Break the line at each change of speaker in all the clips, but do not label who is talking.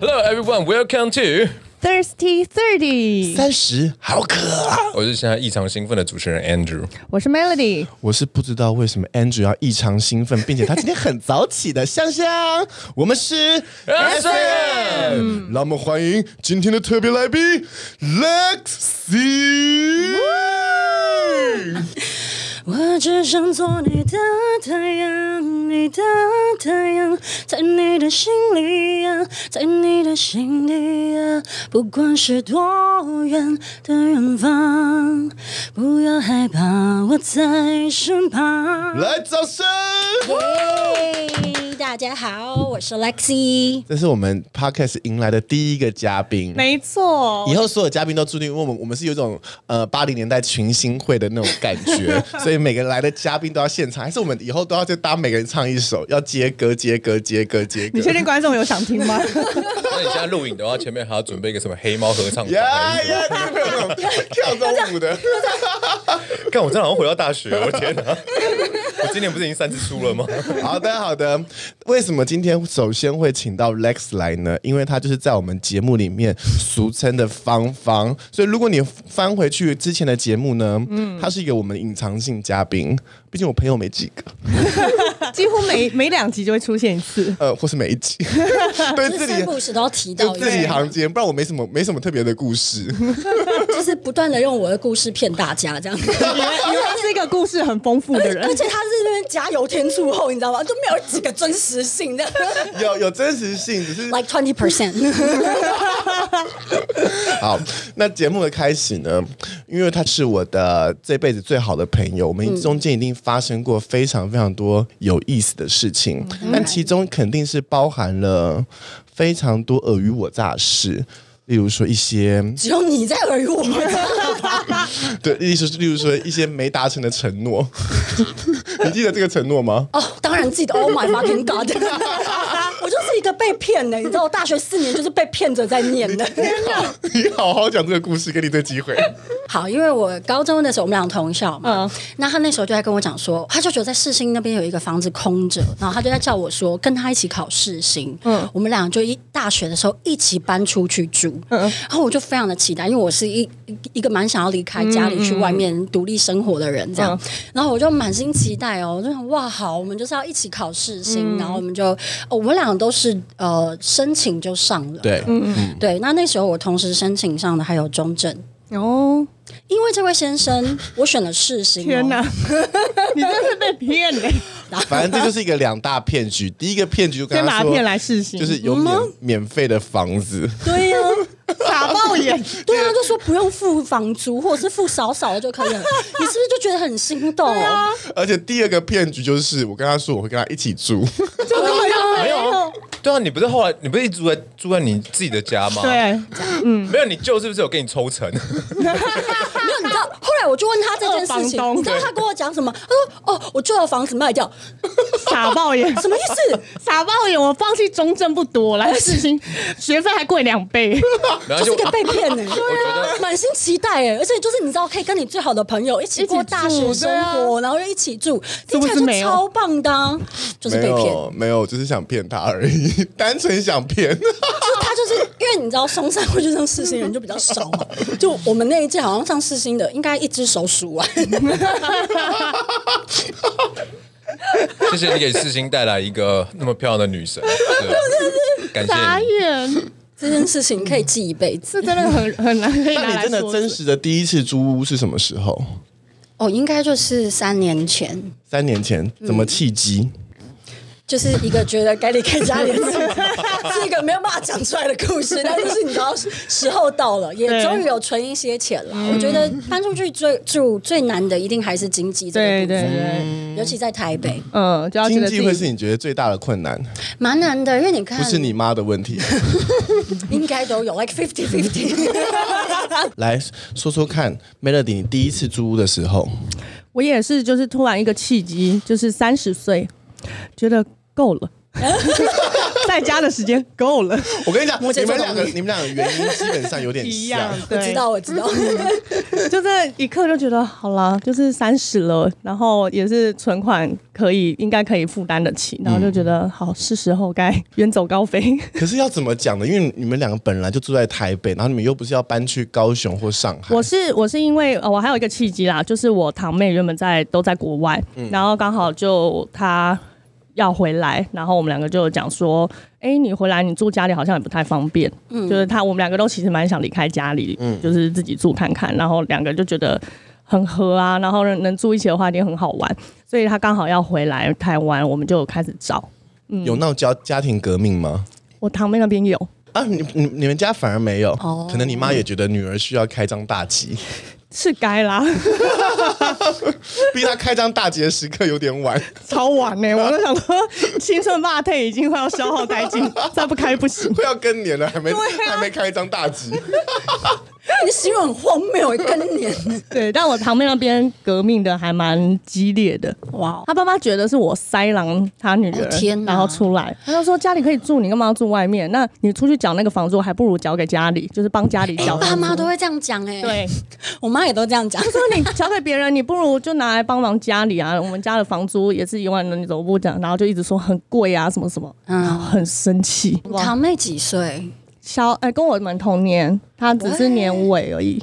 everyone, welcome to！
Thirsty Thirty，
三十好渴啊！
我是现在异常兴奋的主持人 Andrew。
我是 Melody。
我是不知道为什么 Andrew 要异常兴奋，并且他今天很早起的。香香，我们是
SM
让我们欢迎今天的特别来宾 Lexi。
我只想做你的太阳，你的太阳，在你的心里呀、在你的心里呀、不管是多远的远方，不要害怕，我在身旁。
来，掌声！
嘿，大家好，我是 Lexi。
这是我们 Podcast 迎来的第一个嘉宾。
没错
以，后所有嘉宾都注定，因为我们我们是有一种呃八零年代群星会的那种感觉， 所以每个来的嘉宾都要现场，还是我们以后都要就搭每个人唱一首，要接歌接歌接歌接歌
你。确定观众有想听吗？
那你现在录影的话，前面还要准备一个什么黑猫合唱团？
呀呀，那个那种跳中舞的，
看我这好像回到大学，我的天哪！我今年不是已经三次输了吗？
好的，好的。为什么今天首先会请到 Lex 来呢？因为他就是在我们节目里面俗称的芳芳，所以如果你翻回去之前的节目呢，嗯，他是一个我们隐藏性嘉宾，毕竟我朋友没几个，
几乎每每两集就会出现一次。
呃，或是没 几，对
哎啊
自己
三不五时都要提
就
到一
字里
下，
行间，不然我没什么没什么特别的故事。
就是不断的用我的故事骗大家，这样子。
因为他是一个故事很丰富 的人
而，且他是那边加油添醋后，你知道吗？就没有几个真实性的
有有真实性，只是
，like twenty percent。
好，那节目的开始呢，因为他是我的这辈子最好的朋友，我
嗯
们中间一定发生过非常非常多有意思的事情，
嗯
但其中肯定是包含了非常多尔虞我诈的事。例如说一些，
只有你在耳语我们，
对，例如例如说一些没达成的承诺， 你记得这个承诺吗？
哦，当然记得，Oh my fucking god！我就是一个被骗的，你知道，我大学四年就是被骗着在念的。
你好好讲这个故事，给你这机会。
好，因为我高中的时候我们俩同校嘛，那他那时候就在跟我讲说，他就觉得在世新那边有一个房子空着，然后他就在叫我说跟他一起考世新。嗯，我们俩就一大学的时候一起搬出去住，然后我就非常的期待，因为我是一一一个蛮想要离开家里去外面独立生活的人，这样，然后我就满心期待哦，我就想哇好，我们就是要一起考世新，然后我们就、哦我们俩都是呃申请就上了，
对，
嗯
对，那那时候我同时申请上的还有中正。
哦，
因为这位先生，我选了世新、哦。
天 哪，你真是被骗嘞！
反正这就是一个两大骗局。第一个骗局就跟
先
他
把他
说，
骗来试行，
就是有免免费的房子，
对呀、
傻爆眼。
对呀、就说不用付房租，或者是付少少的 就可以了。你是不是就觉得很心动？
啊
而且第二个骗局就是我跟他说我会跟他一起住，
对呀、
没有啊，对啊，你不是后来你不是一直住在住在你自己的家吗？，
啊
对，
没有，你舅是不是有给你抽成？
没有，你知道，后来我就问他这件事
二房
情，
东
你知道他跟我讲什么？他说：“哦，我旧的房子卖掉，
傻爆眼，
什么意 思？
傻爆眼！我放弃中正不多，来试行，学费还贵两倍。
然后
就是
就
一个被 骗呢、
啊
觉
满心期待哎、而且就是你知道，可以跟你最好的朋友一起过大学生活，然后又一起住，听起来就超棒的啊、就是
没
被骗。
有没有，就是想骗他而已， 单纯想骗。
就他就是因为你知道松山会去上世新的人就比较少嘛，就我们那一届好像上世新的应该一只手数完。
谢谢你给世新带来一个那么漂亮的女神，对啊感谢
傻
你。
眼，
这件事情可以记一辈子
这真的很很难可以拿
那 你
来
真的
说
真实的第一次租屋是什么时候？
哦，应该就是三年前，
三年前，
嗯
怎么契机？
就是一个觉得该离开家里的时候，是一个没有办法讲出来的故事，但就是你知道时候到了，也
对嗯
终于有存一些钱了。我觉得搬出去最住最难的一定还是经济这
对
个部
对
分，
对，
尤其在台北
嗯，就要觉
经
得自
济会是
己
你觉得最大的困难，
蛮难的，因为你看
不是你妈的 问题。
应该都有 like fifty fifty。
来说说看，Melody，你第一次租屋的时候，
我也是，就是 突然一个契机，就是三十岁，觉得够了。
在家的时间够了，
我跟你讲，
摩羯
你
座
们两个
容易
你们两个原因基本上有点
一样
像。
我
对
知道，我知道。
就这一刻就觉得好啦，就是三十了，然后也是存款可以应该可以负担得起，然后就觉
嗯
得好是时候该远走高飞。
可是要怎么讲呢？因为你们两个本来就住在台北，然后你们又不是要搬去高雄或上海。
我是我是因为、呃、我还有一个契机啦，就是我堂妹原本在都在国外，然后刚好就她要回来，然后我们两个就讲说，哎、你回来你住家里好像也不太方便，就是她我们两个都其实蛮想离开家里，就是自己住看看，然后两个就觉得。很合啊，然后能能住一起的话，一定很好玩。所以她刚好要回来台湾，我们就开始找。
有闹家家庭革命吗？
我堂妹那边有，
啊，你你你们家反而没有，
哦
可能你妈也觉得女儿需要开张大 吉，
是该啦，
逼她开张大吉的时刻有点晚。
超晚呢、我都想说，青春霸退已经快要消耗殆尽，再不开不行。
快要更年了，还没、还没开张大吉，
你的形容很荒谬，更年
对，但我堂妹那边革命的还蛮激烈的。
哇，
他爸妈觉得是我塞狼他女儿，
哦天哪
然后出来，他就说家里可以住，你干嘛要住外面？那你出去缴那个房租，还不如缴给家里，就是帮家里
哎
缴、
爸妈都会这样讲哎，
对，
我妈也都这样讲。
那你交给别人，你不如就拿来帮忙家里啊。我 们家的房租也是一万的，你怎么不讲？然后就一直说很贵啊，什么什么，
嗯
然后很生气。
你嗯堂妹几岁？
小哎、跟我们同年，她只是年尾而已。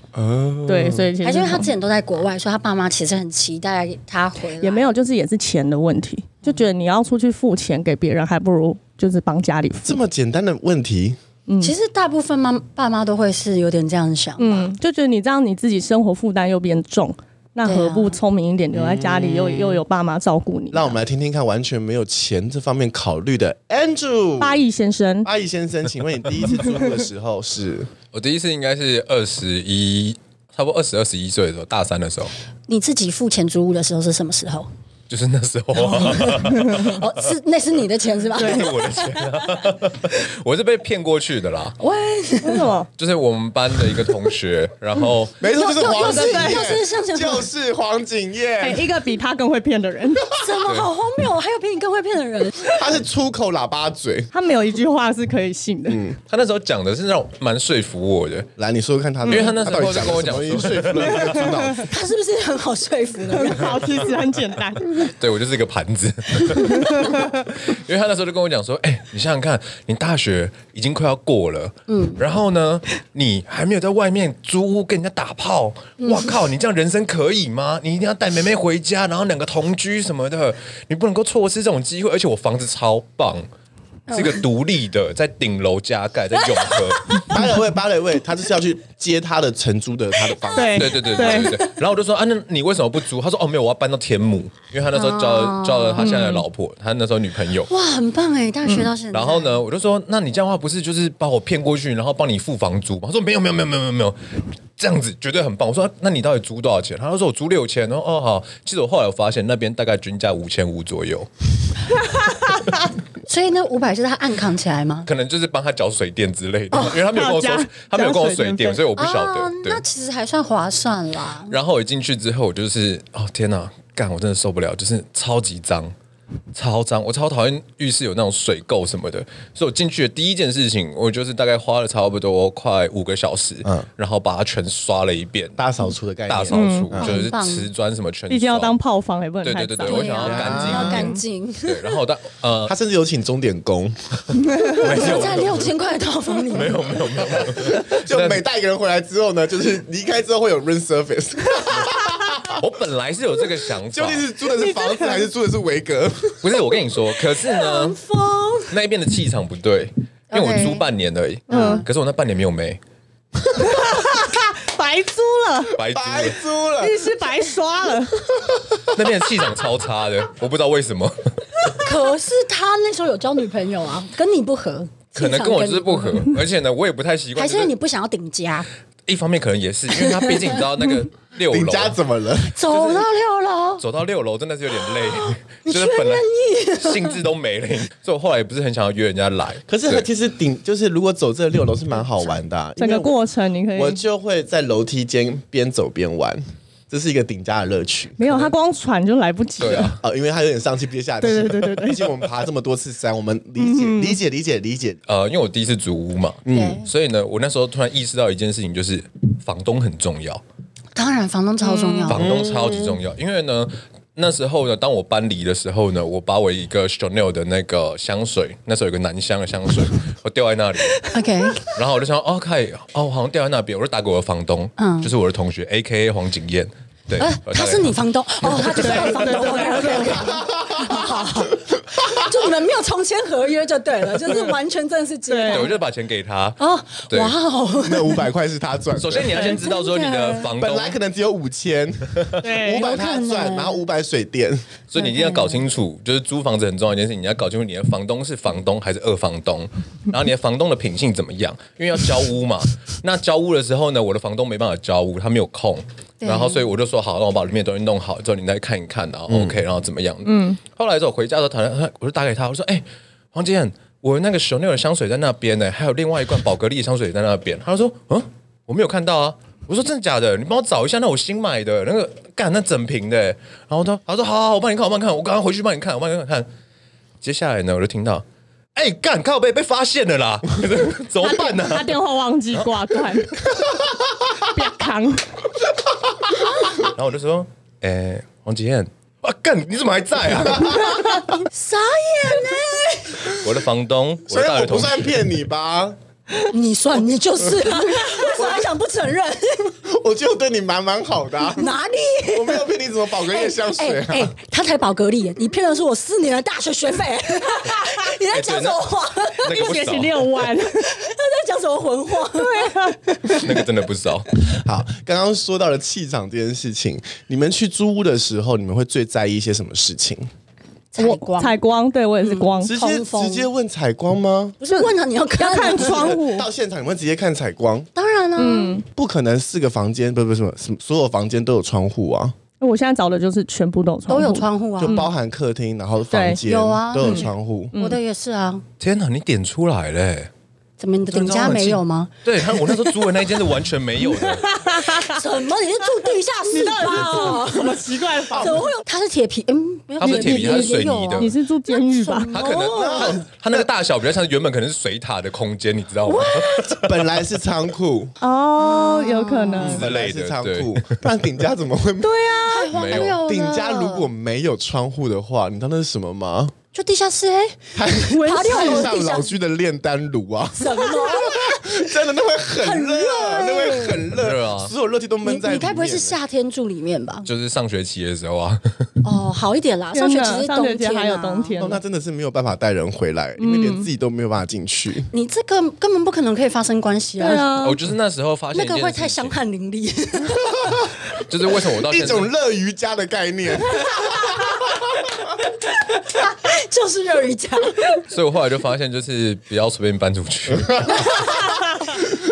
对，所以其实
还是因为她之前都在国外，所以她爸妈其实很期待她回来。
也没有，就是也是钱的问题，就觉得你要出去付钱给别人，还不如就是帮家里付
这。么简单的问题，
其实大部分妈爸妈都会是有点这样想。
嗯，就觉得你这样你自己生活负担又变重，那
对啊
何不聪明一点，留在家里又又有爸妈照顾你？
让我们来听听看，完全没有钱这方面考虑的 Andrew
八亿先生，
阿姨先生，请问你第一次租屋的时候是？
我第一次应该是二十一，差不多二十二十一岁的时候，大三的时候，
你自己付钱租屋的时候是什么时候？
就是那时候啊、
哦，是那是你的钱是吧？
是 我的钱、啊，我是被骗过去的啦。
喂，
为什么？
就是我们班的一个同学，然后
没错，就是黄景
又又又是像什
业，
么
就是黄景
哎、
业，
一个比他更会骗的人，
怎么好荒谬？还有比你更会骗的人，
他是出口喇叭嘴。
他没有一句话是可以信的。
他那时候讲的是让我蛮说服我的，
来，你说说看他的，
因为他那时候
到底讲
就跟我讲
了什么
说
说服了你的猪脑子。
他是不是很好说服的人？
很 好，其实很简 单。
对我就是一个盘子。 因为他那时候就跟我讲说：“哎、你想想看，你大学已经快要过了，嗯，然后呢，你还没有在外面租屋跟人家打炮，哇靠，你这样人生可以吗？你一定要带妹妹回家，然后两个同居什么的，你不能够错失这种机会。而且我房子超棒。”是一个独立的，在顶楼加盖，在永和。
芭蕾位，芭蕾位，他就是要去接他的承租的他的房子。
对
对对对对对对。然后我就说啊，那你为什么不租？他说哦，没有，我要搬到天母，因为他那时候交了交了他现在的老婆，他那时候女朋友。
哇，很棒哎！大学到现在，
嗯然后？呢，我就说，那你这样的话不是就是把我骗过去，然后帮你付房租吗？他说没有没有没有没有没有没有，这样子绝对很棒。我说啊那你到底租多少钱？他就说我租六千。然后哦好，其实我后来我发现那边大概均价五千五左右，
所以那五百是他暗扛起来吗？
可能就是帮他缴水电之类的，因为他没有跟我说
要加
他没有跟我
加哦水
水
电
电，
费哦
所以我不晓得。
啊，
哦对
那，其实还算划算啦。
然后我一进去之后，我就是哦天哪，干我真的受不了，就是超级脏。超脏，我超讨厌浴室有那种水垢什么的，所以我进去的第一件事情，我就是大概花了差不多快五个小时，
嗯
然后把它全刷了一遍，
大扫除的概念。
大扫嗯除、就是
很棒
瓷砖什么全刷，
毕竟要当炮房，也不能
对
太
对
脏。
对对，我想要
对啊
干净，
要干 净。
对，然后我当呃
他甚至有请钟点工，
没有
我在六千块的套房里面，
没有没有没有没有，
就每带一个人回来之后呢，就是离开之后会有 room service，
我本来是有这个想 法，
究竟是租的是房子还是租的是维格？
不是我跟你说，可是呢，那一边的气场不对，因为我
OK
租半年而已，嗯，可是我那半年没有妹，
白租了，
白租
白
了，
租了。
律师白 刷了。
那边的气场超差的，我不知道为什么，
可是他那时候有交女朋友啊，跟你不合，
可能跟我就是不合，而且呢，我也不太习
还
惯，
是因为你不想要顶家，
一方面可能也是，因为他毕竟你知道那个六
你
楼。
家怎么了？
走到六楼，
走到六楼真的是有点累，就是本来兴致都没了，所以我后来也不是很想要约人家来。
可是
对
其实顶就是如果走这六楼是蛮好玩的啊、
整
因为
个
我
过程你可以，
我就会在楼梯间边走边玩。这是一个顶家的乐趣。
没有，他光喘就来不及
对
了。
啊，
呃，因为它有点上气不接下气。
对对对对对
毕竟我们爬这么多次山，我们理解
嗯
理解理解理解。
呃，因为我第一次租屋嘛，
对，
所以呢，我那时候突然意识到一件事情，就是房东很重要，
当然房东超重要，
房东超级
嗯
重要，因为呢。那时候呢，当我搬离的时候呢，我把我一个 Chanel 的那个香水，那时候有个男香的香水， 我掉在那里，
OK，
然后我就想，哦，看，哦，我好像掉在那边，我就打给我的房东，
嗯
就是我的同学，A K A 黄景燕，对，
呃，
我打给
他是你房东 哦，他就是他的房东。OK，OK，OK 好好好就你们没有重签合约就对了，就是完全正式结
对，我
了。
就把钱给他。
哦，
对
哇哦，
那五百块是他赚的，
首先你要先知道说你的房
本
东，
来可能只有五千，
对
五百他
有可
赚，
能
然后五百水电。
所以你一定要搞清楚，就是租房子很重要一件事情，你要搞清楚你的房东是房东还是二房东，然后你的房东的品性怎么样，因为要交屋嘛。那交屋的时候呢，我的房东没办法交屋，他没有空，
对
然后所以我就说好，让我把里面的东西弄好之后，你再看一看，然后 OK，、然后怎么样？嗯。后来之后回家的时候，讨论，我就打给他，我说：“哎、黄杰，我那个 Chanel 的香水在那边呢、还有另外一罐宝格丽的香水也在那边。”他就说：“嗯，我没有看到啊。”我说真的假的？你帮我找一下，那我新买的那个，干那整瓶的欸。然后他他说好好，好我帮你看，我帮你看，我刚刚回去帮你看，我帮你看看。接下来呢，我就听到，哎、干靠背被发现了啦， 怎么办呢、
他电话忘记挂 断，不要扛。
然后我就说，哎、黄杰燕，啊干，你怎么还在啊？
傻眼欸呢！
我的房东， 我
所以
的大
我
学
不
同学，
算骗你吧，
你算你就是 啊，为什么还想不承认？
我就对你蛮蛮好的啊、
哪里？
我没有骗你什么宝格丽的香水啊。
哎、他才宝格丽耶，你骗的是我四年的大学学费，你在讲什么话？
那
一
个不
学期
少，
六万，
他在讲什么混话？
那个真的不少。
哎
好，刚刚说到了气场这件事情，你们去租屋的时候，你们会最在意一些什么事情？
采 光
采光，对我也是光，
直接
通风
直接问采光吗？
不是问了你要看
要看窗
嗯
户。
到现场你们直接看采光？
当然啦、嗯，
不可能，四个房间不不什么什么，所有房间都有窗户啊，
我现在找的就是全部都有窗
都
户，
有窗户啊
就，包含客厅，然后房间
对有啊
都有窗户。
我的也是啊。
天哪，你点出来嘞、
怎么你的顶家没有吗？
对，他我那时候租的那一间是完全没有的，
什么？你是住地下室吧？
什么奇怪的房
怎么会有？他是铁皮，嗯，没有啊
它不是铁皮它是水泥的
你是住监狱吧？
他可能
哦
他他那个大小比较像原本可能是水塔的空间，你知道吗？
嗯
本来是仓库，
哦，有可能。
之
本来
类的
是仓
对
库，不然顶家怎么 会？
啊
对
太荒
没
谬了。
顶家如果没有窗户的话，你知道那是什么 吗？
就地下室哎、
还
爬掉
地
楼地下
上老居的炼丹炉啊，
什么？
真的那会很热，那会很
热
热，
啊
所有热气都
你
闷在里面。
你该不会是夏天住里面吧？
就是上学期的时候啊，
哦，好一点啦，上学
天
其
哪
实是
上
冬
学期
天、嗯啊、
还有冬。天
哦，那真的是没有办法带人回来，因为连自己都没有办法进去。
你这个根本不可能可以发生关系啊！
对啊
我，哦就是那时候发现
那
一件
个
事情
会太伤，汗淋 漓。
就是为什么我到
一
现在
种乐瑜伽的概念，
就是热瑜伽，
所以我后来就发现，就是不要随便搬出 去。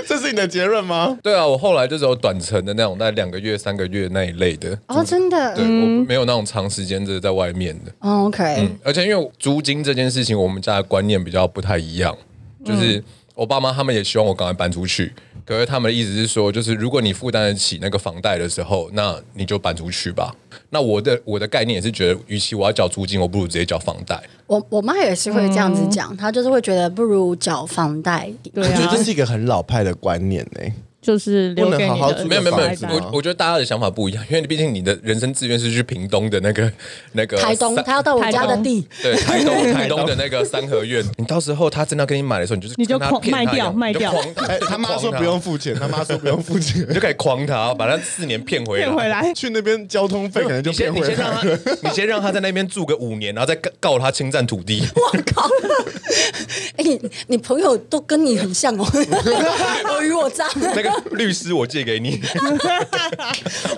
这是你的结论吗？
对啊，我后来就只有短程的那种，大概两个月、三个月那一类的。
哦，真的，
对，我没有那种长时间的在外面的。
哦，OK，
嗯，而且因为租金这件事情，我们家的观念比较不太一样，
嗯
就是我爸妈他们也希望我赶快搬出去，可是他们的意思是说，就是如果你负担得起那个房贷的时候，那你就搬出去吧。那我的我的概念也是觉得，与其我要缴租金，我不如直接缴房贷。
我我妈也是会这样子讲，她就是会觉得不如缴房贷。
对
我觉得
啊
这，是一个很老派的观念呢、
就是留给你
不能好好住
的
的
没有没有没有
房贷，啊
我我觉得大家的想法不一样，因为毕竟你的人生志愿是去屏东的那个那个
台东，
三
她要到我家的地，
对台 东台东的那个三合院，你到时候他真的要给你买的时候，你就是
你就
跟他
狂
骗他
卖掉
一样
卖掉
你就狂
哎，他妈说不用付钱，他妈说不用付钱
你，就可以诓他，把他四年骗回来。
骗回来。
去那边交通费可能就
你先
变
你
回
先
来
让
了。
他， 你先让他在那边住个五年，然后再告告他侵占土 地。
我靠！哎、你你朋友都跟你很像哦，尔虞我诈。
那个律师我借给你，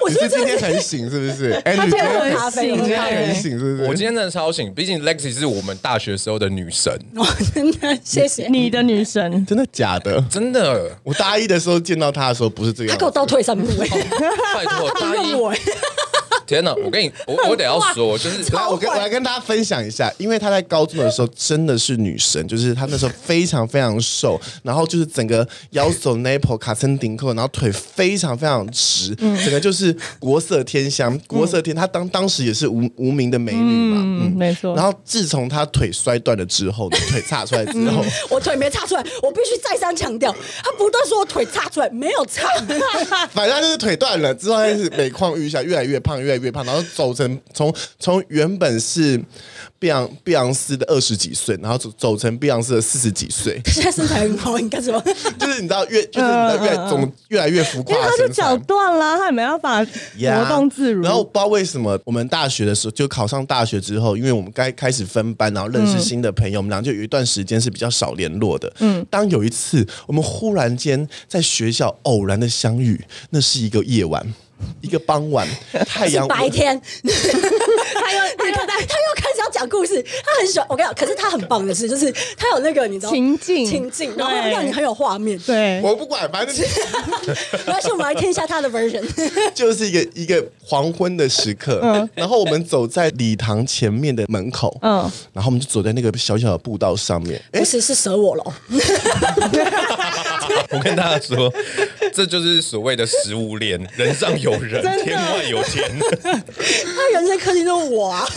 我
你
觉
是今
得这
天
个
很醒是不是？哎，
他
你今
骗
天
我
咖
很
啡
醒
今天
哎
很，醒是不是？
我今天真的超醒，毕竟 Lexi 是我们大学时候的女神，
哦，真的谢谢。
你的女神，
真的假 的？
真的。
我大一的时候见到他的时候不是这个
他
样
给我
子，
倒退三步、哎，
拜托，大
利用我、
一
哎
天哪！我跟你，我我得要说，就是
来，我跟我来跟大家分享一下，因为她在高中的时候真的是女神，就是她那时候非常非常瘦，然后就是整个腰手 nape 卡森顶扣，然后腿非常非常直，整个就是国色天香，国色天。她当当时也是无无名的美女嘛，
嗯，没错。
然后自从她腿摔断了之后呢，腿岔出来之后，
我腿没岔出来，我必须再三强调，他不断说我腿岔出来，没有岔。
反正她就是腿断了之后，她就是每况愈下，越来越胖，越来越胖，然后走成从从原本是碧昂碧昂斯的二十几岁，然后走走成碧昂斯的四十几岁，
现在身材很好，你干什么？
就是你知道越就是你知道越来总越来越浮
因
夸
为
的
他就
身
脚
材。
断了，他也没办法
Yeah
活动自如。
然后不知道为什么，我们大学的时候就考上大学之后，因为我们该开始分班，然后认识新的朋友，我们俩就有一段时间是比较少联络的。嗯，当有一次我们忽然间在学校偶然的相遇，那是一个夜晚， 一个傍 晚，太
是
阳
白天， 他 又他又他又开始要讲故事，他很喜欢我跟你讲，可是他很棒的是，就是他有那个你知道
情境
情境，然后
对
让你很有画面。
对，
我不管，反正
没关系，我们来听一下他的 version。
就是一个一个黄昏的时刻，然后我们走在礼堂前面的门口，嗯
嗯，
然后我们就走在那个小小的步道上面，哎
不，是是蛇我喽，
我跟大家说，这就是所谓的食物链，人上有人，天外有天。
他人生课题就是我啊，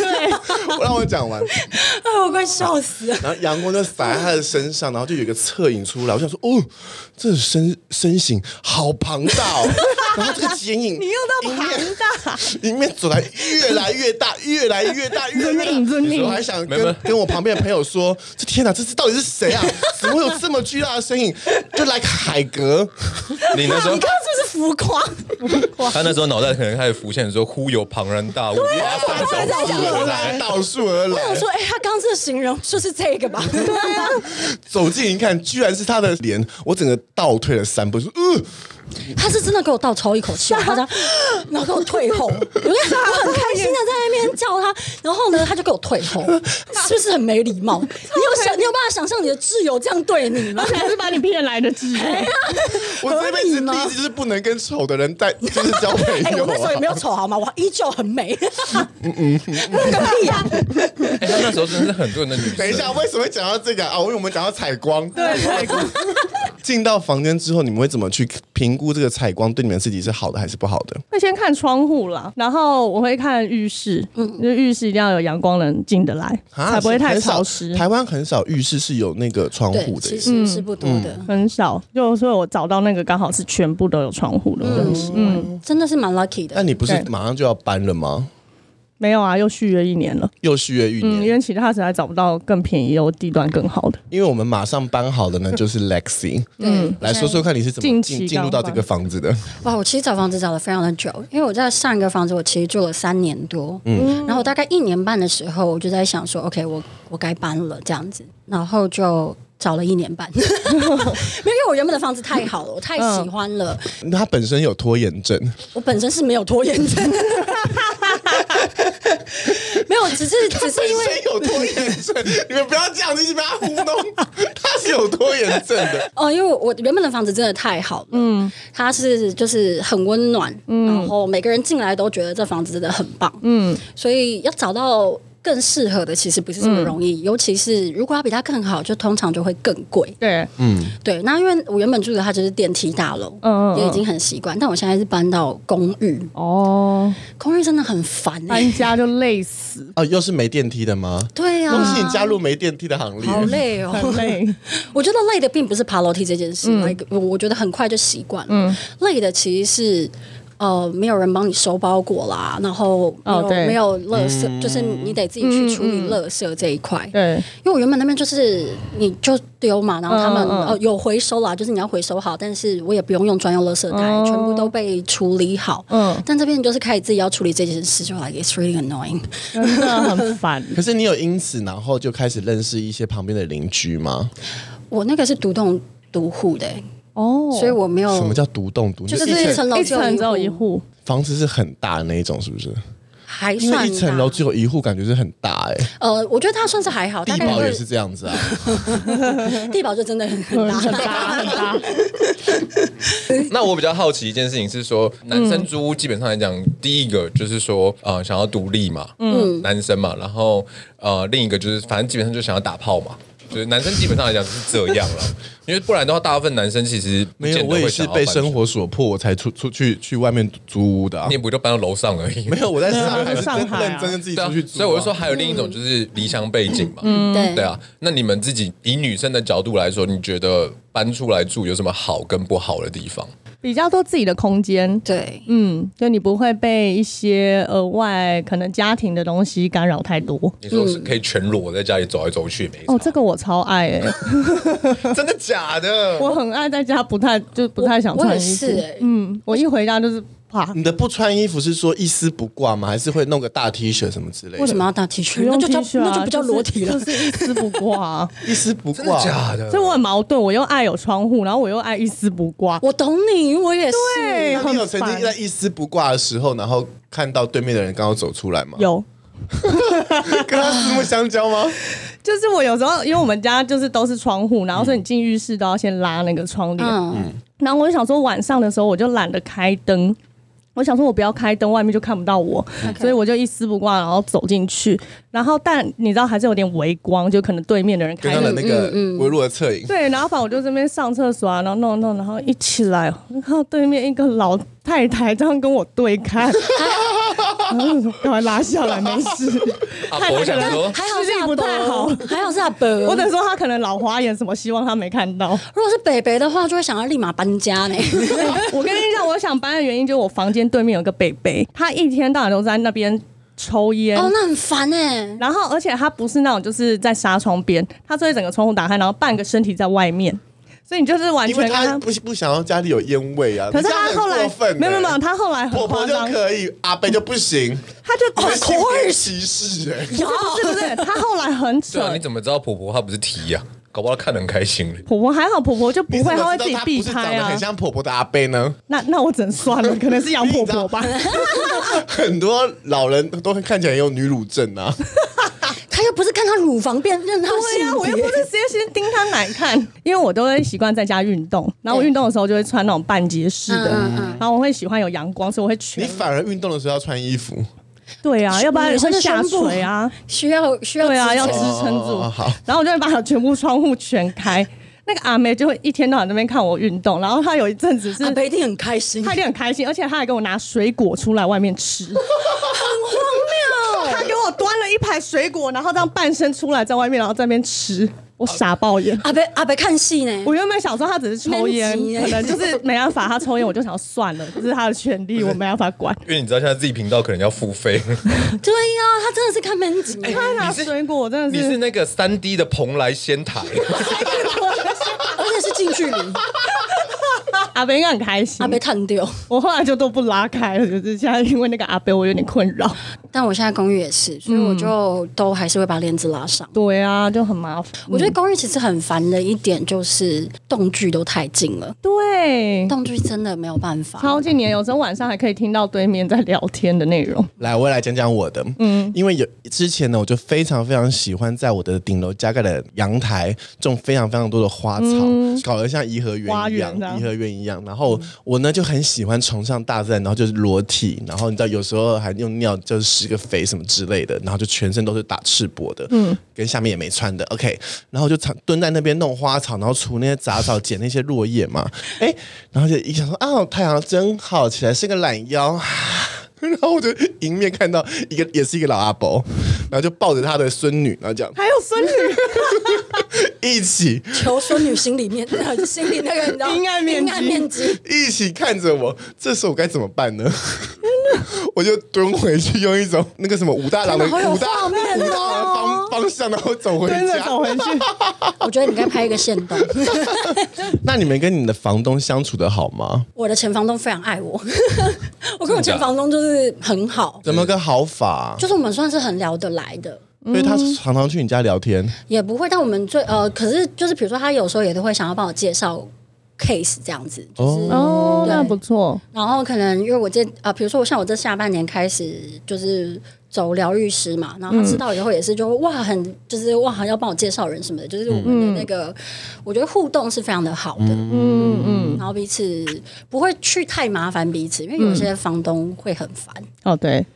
让我讲完，
哎，我快笑死了。
然后阳光就洒在他的身上，然后就有一个侧影出来，我想说，哦，这身身形好庞大 哦，然后这个剪影，你
用到庞大，
里面走来越来越大，越来越大，越来越
尊敬
大。
尊敬
我还想
没有没有
跟跟我旁边的朋友说：“这天哪，这是到底是谁啊？怎么会有这么巨大的身影？就来海格，
你那时候
你，看是不是浮夸？
他那时候脑袋可能开始浮现说“忽有庞然大物，
啊
拉
我突
山
然在
倒
想
树
我
而
来
来
倒数而
我想
来，
说，哎、他刚刚这形容就是这个吧？对啊，
走近一看，居然是他的脸，我整个倒退了三步，说：‘嗯，
他是真的给我倒抽一口气， 他这样，然后给我退后。我跟你讲，我很开心的在那边叫他，然后呢，他就给我退后，是不是很没礼貌？你有想，你有办法想象你的挚友这样对你 吗
而？且还是把你骗来的智慧。
我这辈子第一次就是不能跟丑的人在，就是交朋
哎、
友
我那时候也
啊
没。有嗯丑好吗？我依旧很美。那 个屁啊呀、
哎他那时候真的是很多人的女神。
等一下，，为什么会讲到这个啊？因为我们讲到采光。
对，对对
进到房间之后，你们会怎么去评估这个采光对你们自己是好的还是不好的？
会先看窗户啦，然后我会看浴室，嗯，就浴室一定要有阳光能进得来，才不会太
很少
潮湿。
台湾很少浴室是有那个窗
对
户，的
其
耶，
实是不多的，
很少，就所以我找到那个刚好是全部都有窗户的，我就嗯喜欢。
真的是蛮 lucky
嗯
那
的。
你不是
对
马上就要搬了吗？
没有啊，又续约一年了。
又续约一
嗯，
年，
因为其他实在找不到更便宜又地段更好的。
因为我们马上搬好的呢， 就是 Lexi。
嗯，
来说说看你是怎么
近期
进进入
刚
到这
搬
个房子的？
哇，我其实找房子找了非常的久，因为我在上一个房子我其实住了三年多，嗯，然后大概一年半的时候，我就在想说，OK，我我该搬了这样子，然后就找了一年半，没有，因为我原本的房子太好了，我太喜欢了，
他本身有拖延症，
我本身是没有拖延症， 没有，只是只是因为
有拖延症，你们不要这样，一直被他糊弄，他是有拖延症的。
哦，因为我我原本的房子真的太好了，嗯，它是就是很温暖，
嗯
然后每个人进来都觉得这房子真的很棒，嗯，所以要找到更适合的其实不是这
嗯
么容易，尤其是如果要比它更好，就通常就会更贵。
对，
对，那因为我原本住的它就是电梯大楼，
嗯嗯嗯
也已经很习惯，但我现在是搬到公寓，
哦，
公寓真的很烦、欸，
搬家就累死，
哦，又是没电梯的吗？
对
恭喜
啊
你，加入没电梯的行列。
好累哦，
很累。
我觉得累的并不是爬楼梯这件事，
嗯
那个我觉得很快就习惯了。累的其实是。呃，没有人帮你收包裹啦，然后没有、
哦对
没有垃圾，
嗯
就是你得自己去处理垃圾这一块。
对，
因为我原本那边就是你就丢嘛，然后他们
嗯嗯
呃有回收啦，就是你要回收好，但是我也不用用专用垃圾袋，
哦
全部都被处理好。
嗯
但这边你就是开始自己要处理这件事，就 like it's really annoying。
真的很烦。
可是你有因此然后就开始认识一些旁边的邻居吗？
我那个是独栋独户的、
哦，
所以我没有
什么叫独栋独？
就是
一
一
层
层楼
一
只有
层只有
一
一
户。
户，
房子是很大的那一种，是不是？
还
因为
算
一层楼
大。
只有一户，感觉是很大哎、
呃，我觉得它算是还好，大
地
概
堡
会
也是这样子啊，
地堡就真的很很大，
很大很大，
那我比较好奇一件事情是说，男生租屋基本上来讲，第一个就是说，呃，想要独立嘛，嗯，男生嘛，然后呃，另一个就是反正基本上就想要打炮嘛。就是男生基本上来讲是这样 了，因为不然的话，大部分男生其实不
没
见
有，
得
我也
会
是
想要
被
搬
生
出去，
活所迫，我才出出去去外面租屋的、啊
你。也不就搬到楼上而已，
没有，我在
嗯
上海是
上
真
海啊
认真跟自己
对啊
出去，租、
所以我就说，还有另一种就是离乡背景嘛，嗯，
对
对啊。那你们自己以女生的角度来说，你觉得搬出来住有什么好跟不好的地方？
比较多自己的空间。
对，
嗯，就你不会被一些额外可能家庭的东西干扰太多。
你说是可以全裸在家里走来走去，没
哦，
差
这个我超爱哎、
真的假的？
我很爱在家，不太就不太想
我
穿
也
衣服。
是哎，
嗯，我一回家就是啪，
你的不穿衣服是说一丝不挂吗？还是会弄个大 T 恤什么之类
为
的？
什么要当 T
不
恤？
用
嗯那就
T
叫
恤啊，
那就不叫
是
裸体了
就。是一丝不挂、啊。
一丝不
真的
挂？
假的？
所以我很矛盾，我又爱有窗户，然后我又爱一丝不挂。
我懂你，我也是。
对，
那
很
你有曾经
烦
在一丝不挂的时候，然后看到对面的人刚好走出来吗？，
有，
跟他四目相交 吗？
就是我有时候因为我们家就是都是窗户，然后所以你进浴室都要先拉那个窗帘，
嗯，
然后我就想说晚上的时候我就懒得开灯，我想说我不要开灯，外面就看不到我，所以我就一丝不挂，然后走进去。然后但你知道还是有点微光，就可能对面的人
跟
开
他的
灯。
那个
嗯
微弱的侧影，
对，然后反正我就这边上厕所啊，然后弄弄，然后一起来，然后对面一个老太太这样跟我对看，然后我说赶快拉下来，没事。
阿伯想说
还好是
视力
阿伯
不太好，
还好是阿伯。
我只能说他可能老花眼什么，希望他没看到。
如果是北北的话，就会想要立马搬家呢。
我跟你讲，我想搬的原因就是我房间对面有个北北，他一天到晚都在那边抽烟。
哦，那很烦哎。
然后，而且他不是那种就是在纱窗边，他是会整个窗户打开，然后半个身体在外面，所以你就是完
因为
全
他
看
不不想要家里有烟味啊。
可是
你这样
他
很
后来
过分欸
没有没有没有，他后来
婆
很
婆
夸
就
张，哦
可以，阿贝就不 行，
他就不
你们
是
性别歧视哎。
不是不是，他后来很
哦对啊，
扯
你。怎么知道婆婆她不是 T 呀、搞不好她看得很开心嘞。
婆婆还好，婆婆就不
你怎
会，
么
她会
知道
自己
他
避
不是长
开
得
啊
很。像婆婆的阿贝呢，
那那我只能算了，可能是杨婆婆吧。
很多老人都看起来有女乳症 啊。
他又不是看他乳房变认他
对呀、我又
性
不
别。
是直接先盯他难看， 因为我都会习惯在家运动，然后我运动的时候就会穿那种半截式的，
嗯嗯
然后我会喜欢有阳光，所以我会
你
全
反而运动的时候要穿衣服，
对啊，要不然
女生
会
的
下
胸部
垂啊，
需要需要
对啊，
支
要
撑
支撑住。
哦好
然后我就会把全部窗户全开，那个阿妹就会一天到晚在那边看我运动，然后她有一阵子是
阿。北一定很开心
她。一定很开心，而且她还给我拿水果出来外面吃，很荒 谬。她给我端了一排水果，然后这样半身出来在外面，然后在那边吃，我傻爆眼。
阿北阿北看戏呢，
我原本想说他只是抽烟，
闷急耶
可能就是没办法，他抽烟我就想算了，这是他的权利，我没办法管。
因为你知道现在自己频道可能要付费，
对呀，他真的是看门景。
哎
他拿水果真
你
的
是
是，
那个三 D 的蓬莱仙 台，
而且是近距离，
阿北应该很开心
阿。北探掉。
我后来就都不拉开了，就是现在因为那个阿北，我有点困扰。
但我现在公寓也是，所以我就都还是会把帘子拉上。
对啊，就很麻烦。
我觉得公寓其实很烦的一点就是动距都太近了，
对，
动距真的没有办法。
超近年，有时候晚上还可以听到对面在聊天的内容。
来，我也来讲讲我的。嗯，因为有之前呢，我就非常非常喜欢在我的顶楼加盖的阳台种非常非常多的花草，搞得像颐和园
嗯花
一样
园这，样
颐和园一样。然后我呢就很喜欢崇尚大自然，然后就是裸体，然后你知道有时候还用尿就是施个肥什么之类的，然后就全身都是打赤膊的，嗯，跟下面也没穿的。OK，然后我就躺蹲在那边弄花草，然后除那些杂草，捡那些落叶嘛。哎，然后就一想说啊，太阳真好，起来伸个懒腰。 然后我就迎面看到一个也是一个老阿伯，然后就抱着他的孙女，然后讲
还有孙女，
一起
求孙女心里面呃心里那个你知道
阴暗面积
阴暗面积，
一起看着我，这时候我该怎么办呢？ 我就蹲回去，用一种那个什么武大郎的
天哪好有
武大
画
武
面
大
哦
郎的方方向，然后走回
真的
家。
走回去。
我觉得你该拍一个现 动。
那你们跟你的房东相处的好吗？
我的前房东非常爱 我，我跟我前房东就是很好，
怎么个好法？
就是我们算是很聊得来的。
嗯
所以他常常去你家聊天，
也不会，但我们最呃，可是就是比如说他有时候也都会想要帮我介绍。 case 这样子，就是
哦
哦，
对
那不错，
然后可能因为我这啊、比如说我像我这下半年开始就是走疗愈师嘛，然后他知道以后也是就、哇，很就是哇，要帮我介绍人什么的，就是我们的那个，我觉得互动是非常的好的，
嗯嗯，
然后彼此不会去太麻烦彼此，因为有些房东会很烦。
哦对，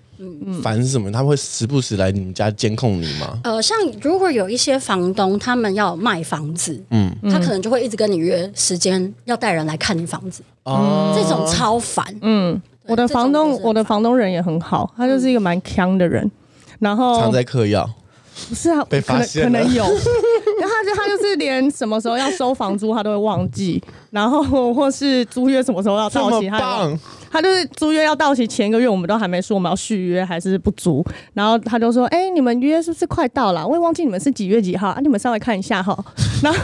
烦是什么？他们会时不时来你们家监控你吗？
呃，像如果有一些房东他们要卖房子，嗯，他可能就会一直跟你约时间，要带人来看你房子，
哦，
这种超烦。
嗯，我的
这种
房东
就是，
我的房东人也很好，他就是一个蛮强的人。然后
常在嗑药，
不是啊，
被发现了
可能可能 有，然后他就他就是连什么时候要收房租他都会忘记，然后或是租约什么时候要
这
到
么
期，他也忘
棒，
他就是租约要到期前一个月，我们都还没说我们要续约还是不租，然后他就说：“哎、你们约是不是快到了？我也忘记你们是几月几号啊，你们稍微看一下 哈。”然后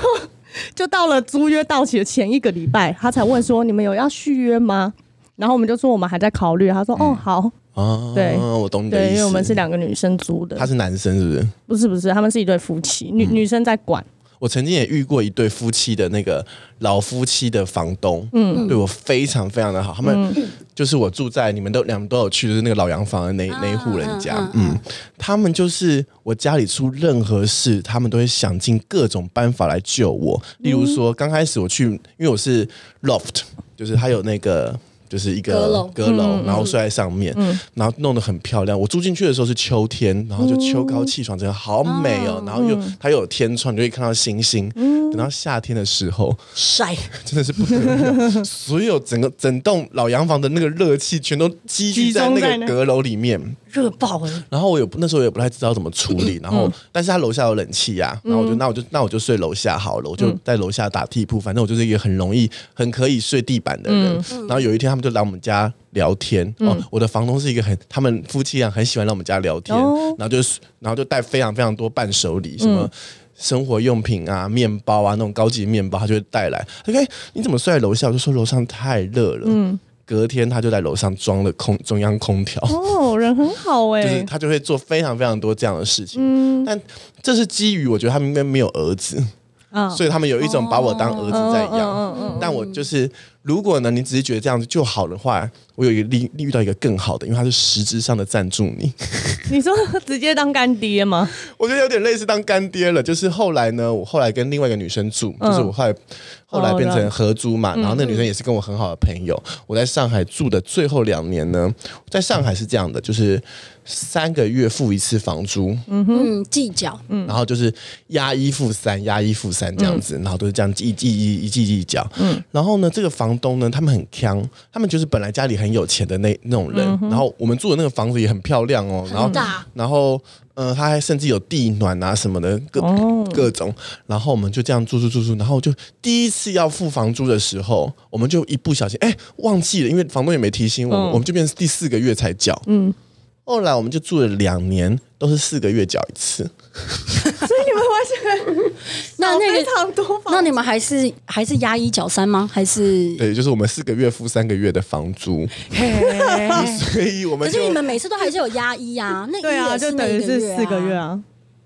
就到了租约到期的前一个礼拜，他才问说：“你们有要续约吗？”然后我们就说我们还在考虑，他说：“
嗯
哦，好，
哦，
对
我懂你的意
对，
思。
因为我们是两个女生租的
他，是男生是不是？
不是不是，他们是一对夫妻，女、
嗯
女生在管，
我曾经也遇过一对夫妻的那个老夫妻的房东，嗯，对我非常非常的好。他们
嗯
就是我住在你们都两们都有去，就是那个老洋房的
啊
那那一户人家，嗯，他们就是我家里出任何事，他们都会想尽各种办法来救我。例如
嗯
说，刚开始我去，因为我是 loft，就是它有那个。就是一个
阁楼
阁
嗯
楼，然后睡在上面，然后弄得很漂亮。我住进去的时候是秋天，然后就秋高气爽，真的好美哦。然后又
嗯
它又有天窗，你就可以看到星星。等到夏天的时候，
晒，
真的是不得了，所有整个整栋老洋房的那个热气全都积聚在
集中在
那
那
个阁楼里面。
热爆了，
然后我有那时候也不太知道怎么处
嗯
理，然后但是他楼下有冷气呀，然后我就那我就那我就睡楼下好了，我
嗯
就在楼下打地铺，反正我就是一个很容易很可以睡地板的
嗯
人。然后有一天他们就来我们家聊天，哦，我的房东是一个很他们夫妻俩很喜欢来我们家聊天
哦，嗯
然后就是然后就带非常非常多伴手礼什么。生活用品啊，面包啊，那种高级面包，他就会带来。他说：“哎，你怎么睡在楼下？”我就说：“楼上太热了。”隔天他就在楼上装了空中央空调。
嗯哦，人很好哎、嗯
就是他就会做非常非常多这样的事情。但这是基于我觉得他们应该没有儿子，
啊
所以他们有一种把我当儿子在养。
嗯嗯嗯
但我就是，如果呢，你只是觉得这样子就好的话，我有一个例遇到一个更好的，因为他是实质上的赞助你，
你说直接当干爹吗？
我觉得有点类似当干爹了。就是后来呢，我后来跟另外一个女生住，就是
嗯
我后来后
哦
来变成合租嘛，然后那女生也是跟我很好的朋友。我在上海住的最后两年呢，在上海是这样的，就是三个月付一次房租，
嗯，计较，
然后就是押一付三，押一付三这样子，然后都是这样一季一一季一季缴。嗯，然后呢，这个房东呢，他们很强，他们就是本来家里很有钱的那那种人，然后我们住的那个房子嗯也很漂亮哦，然后
大
然后呃，他还甚至有地暖啊什么的，各、各种，然后我们就这样住住住住，然后就第一次要付房租的时候，我们就一不小心哎忘记了，因为房东也没提醒我们，我们就变成第四个月才缴。嗯。后来我们就住了两年，都是四个月缴一次。
所 以你们完全
那那
非
个
常多房
那你们还是还是压一角三吗？还是？
对，就是我们四个月付三个月的房租，
哎
所以我们
可
就是
你们每次都还是有压一啊，那
对
一
啊，
也
就是
那
等于
一
是四个月
啊。
啊。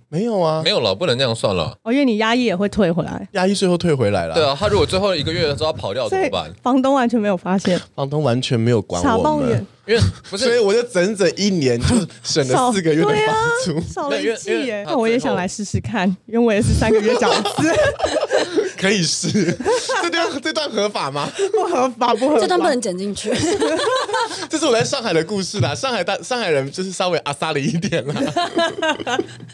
没有啊
没，有了，不能这样算了。
哦，因为你压抑也会退回来，
压抑最后退回来了。
对，啊，他如果最后一个月的时候跑掉怎
所
么
以
办？
房东完全没有发现，
房东完全没有管
傻
我
爆
们
眼，，
因为不
所以
是
我就整整一年就是 省了四个月的
对啊
房租。
少了
因
一
为
季
因为
耶。
他
那我也
最后
想来试试看，因为我也是三个月缴一 次，
可以是 这段这段合法吗？
不合法不合法。
这段不能剪进去，
这是我在上海的故事啦，上海大上海人就是稍微阿萨里一点啦。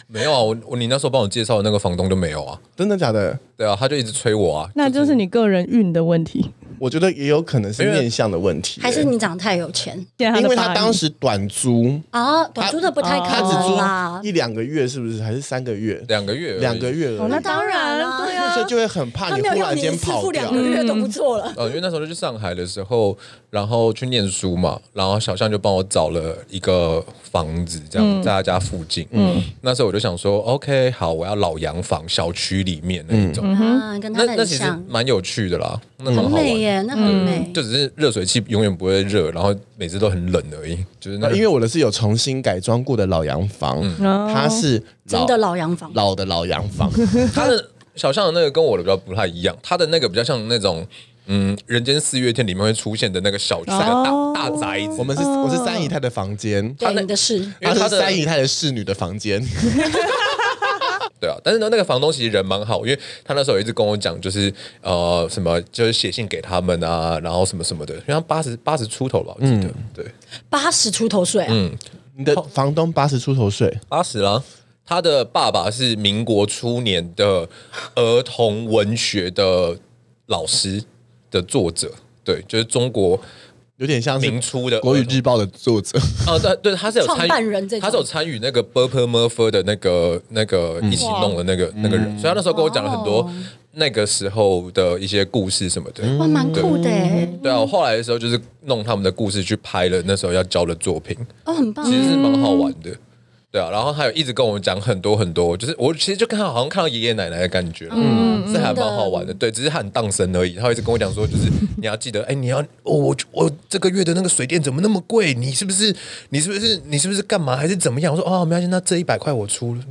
没有啊，我我你那时候帮我介绍的那个房东就没有啊，
真的假的？
对啊，他就一直催我啊，
那就是你个人运的问题。
我觉得也有可能是
因为
面向的问题、欸
还是你长得太有钱
因
因为他当时短租，
啊？短租的不太
他
可
只
能啦
租。一两个月，是不是？还是三个月？
两个月而已
两个，月而已
哦，那
当
当
然啦
然对啊
所以，就会很怕
他
你
没有
忽
要
然
你一
间
次
跑
付
掉
两。个月都不错了。
呃，因为那时候就去上海的时候，然后去念书嘛，然后小象就帮我找了一个房子，这样在他家附近。嗯，那时候我就想说，OK，好，我要老洋房，小区里面那一种。
嗯
啊，跟他
那
的
那
很
其实
像，
蛮有趣的啦，那蛮
很
好玩
美
的。
耶，那很美。
就只是热水器永远不会热，然后每次都很冷而已。就是那
那
个
啊因为我的是有重新改装过的老洋房，它是
嗯哦真的老洋房，
老的老洋房，
他的小象的那个跟我的比较不太一样，他的那个比较像那种嗯《人间四月天》里面会出现的那个小区的大、
哦
大宅子。
我们是我是
哦
三姨太的房间，
对你的事，
因为
她
他
是
的
三姨太的侍女的房间，
对啊，但是呢，那个房东其实人蛮好，因为他那时候一直跟我讲，就是呃什么，就是写信给他们啊，然后什么什么的，因为他八十八十出头吧，我记得，
嗯
对，
八十出头岁啊，
你的房东八十出头岁，
八十啦。他的爸爸是民国初年的儿童文学的老师的作者，对，就是中国
有点像是
民初的
《国语日报》的作者，
哦，对对，他是有参与
创办人这种
他是有参与那个 Burper Murphy 的那个那个
嗯
一起弄的那个那个人，所以他那时候跟我讲了很多
哦
那个时候的一些故事什么的。
嗯
哇，蛮酷的欸
对啊，我后来的时候就是弄他们的故事去拍了那时候要交的作品，
哦，很棒
其。实是蛮好玩的。对啊，然后还有一直跟我讲很多很多，就是我其实就看到好像看到爷爷奶奶的感觉，嗯，是还蛮好玩的。对，只是他很当神而已。他会一直跟我讲说，就是你要记得，哎，你要哦我我这个月的那个水电怎么那么贵？你是不是你是不是你是不是干嘛还是怎么样？我说哦，没关系，那这一百块我出了，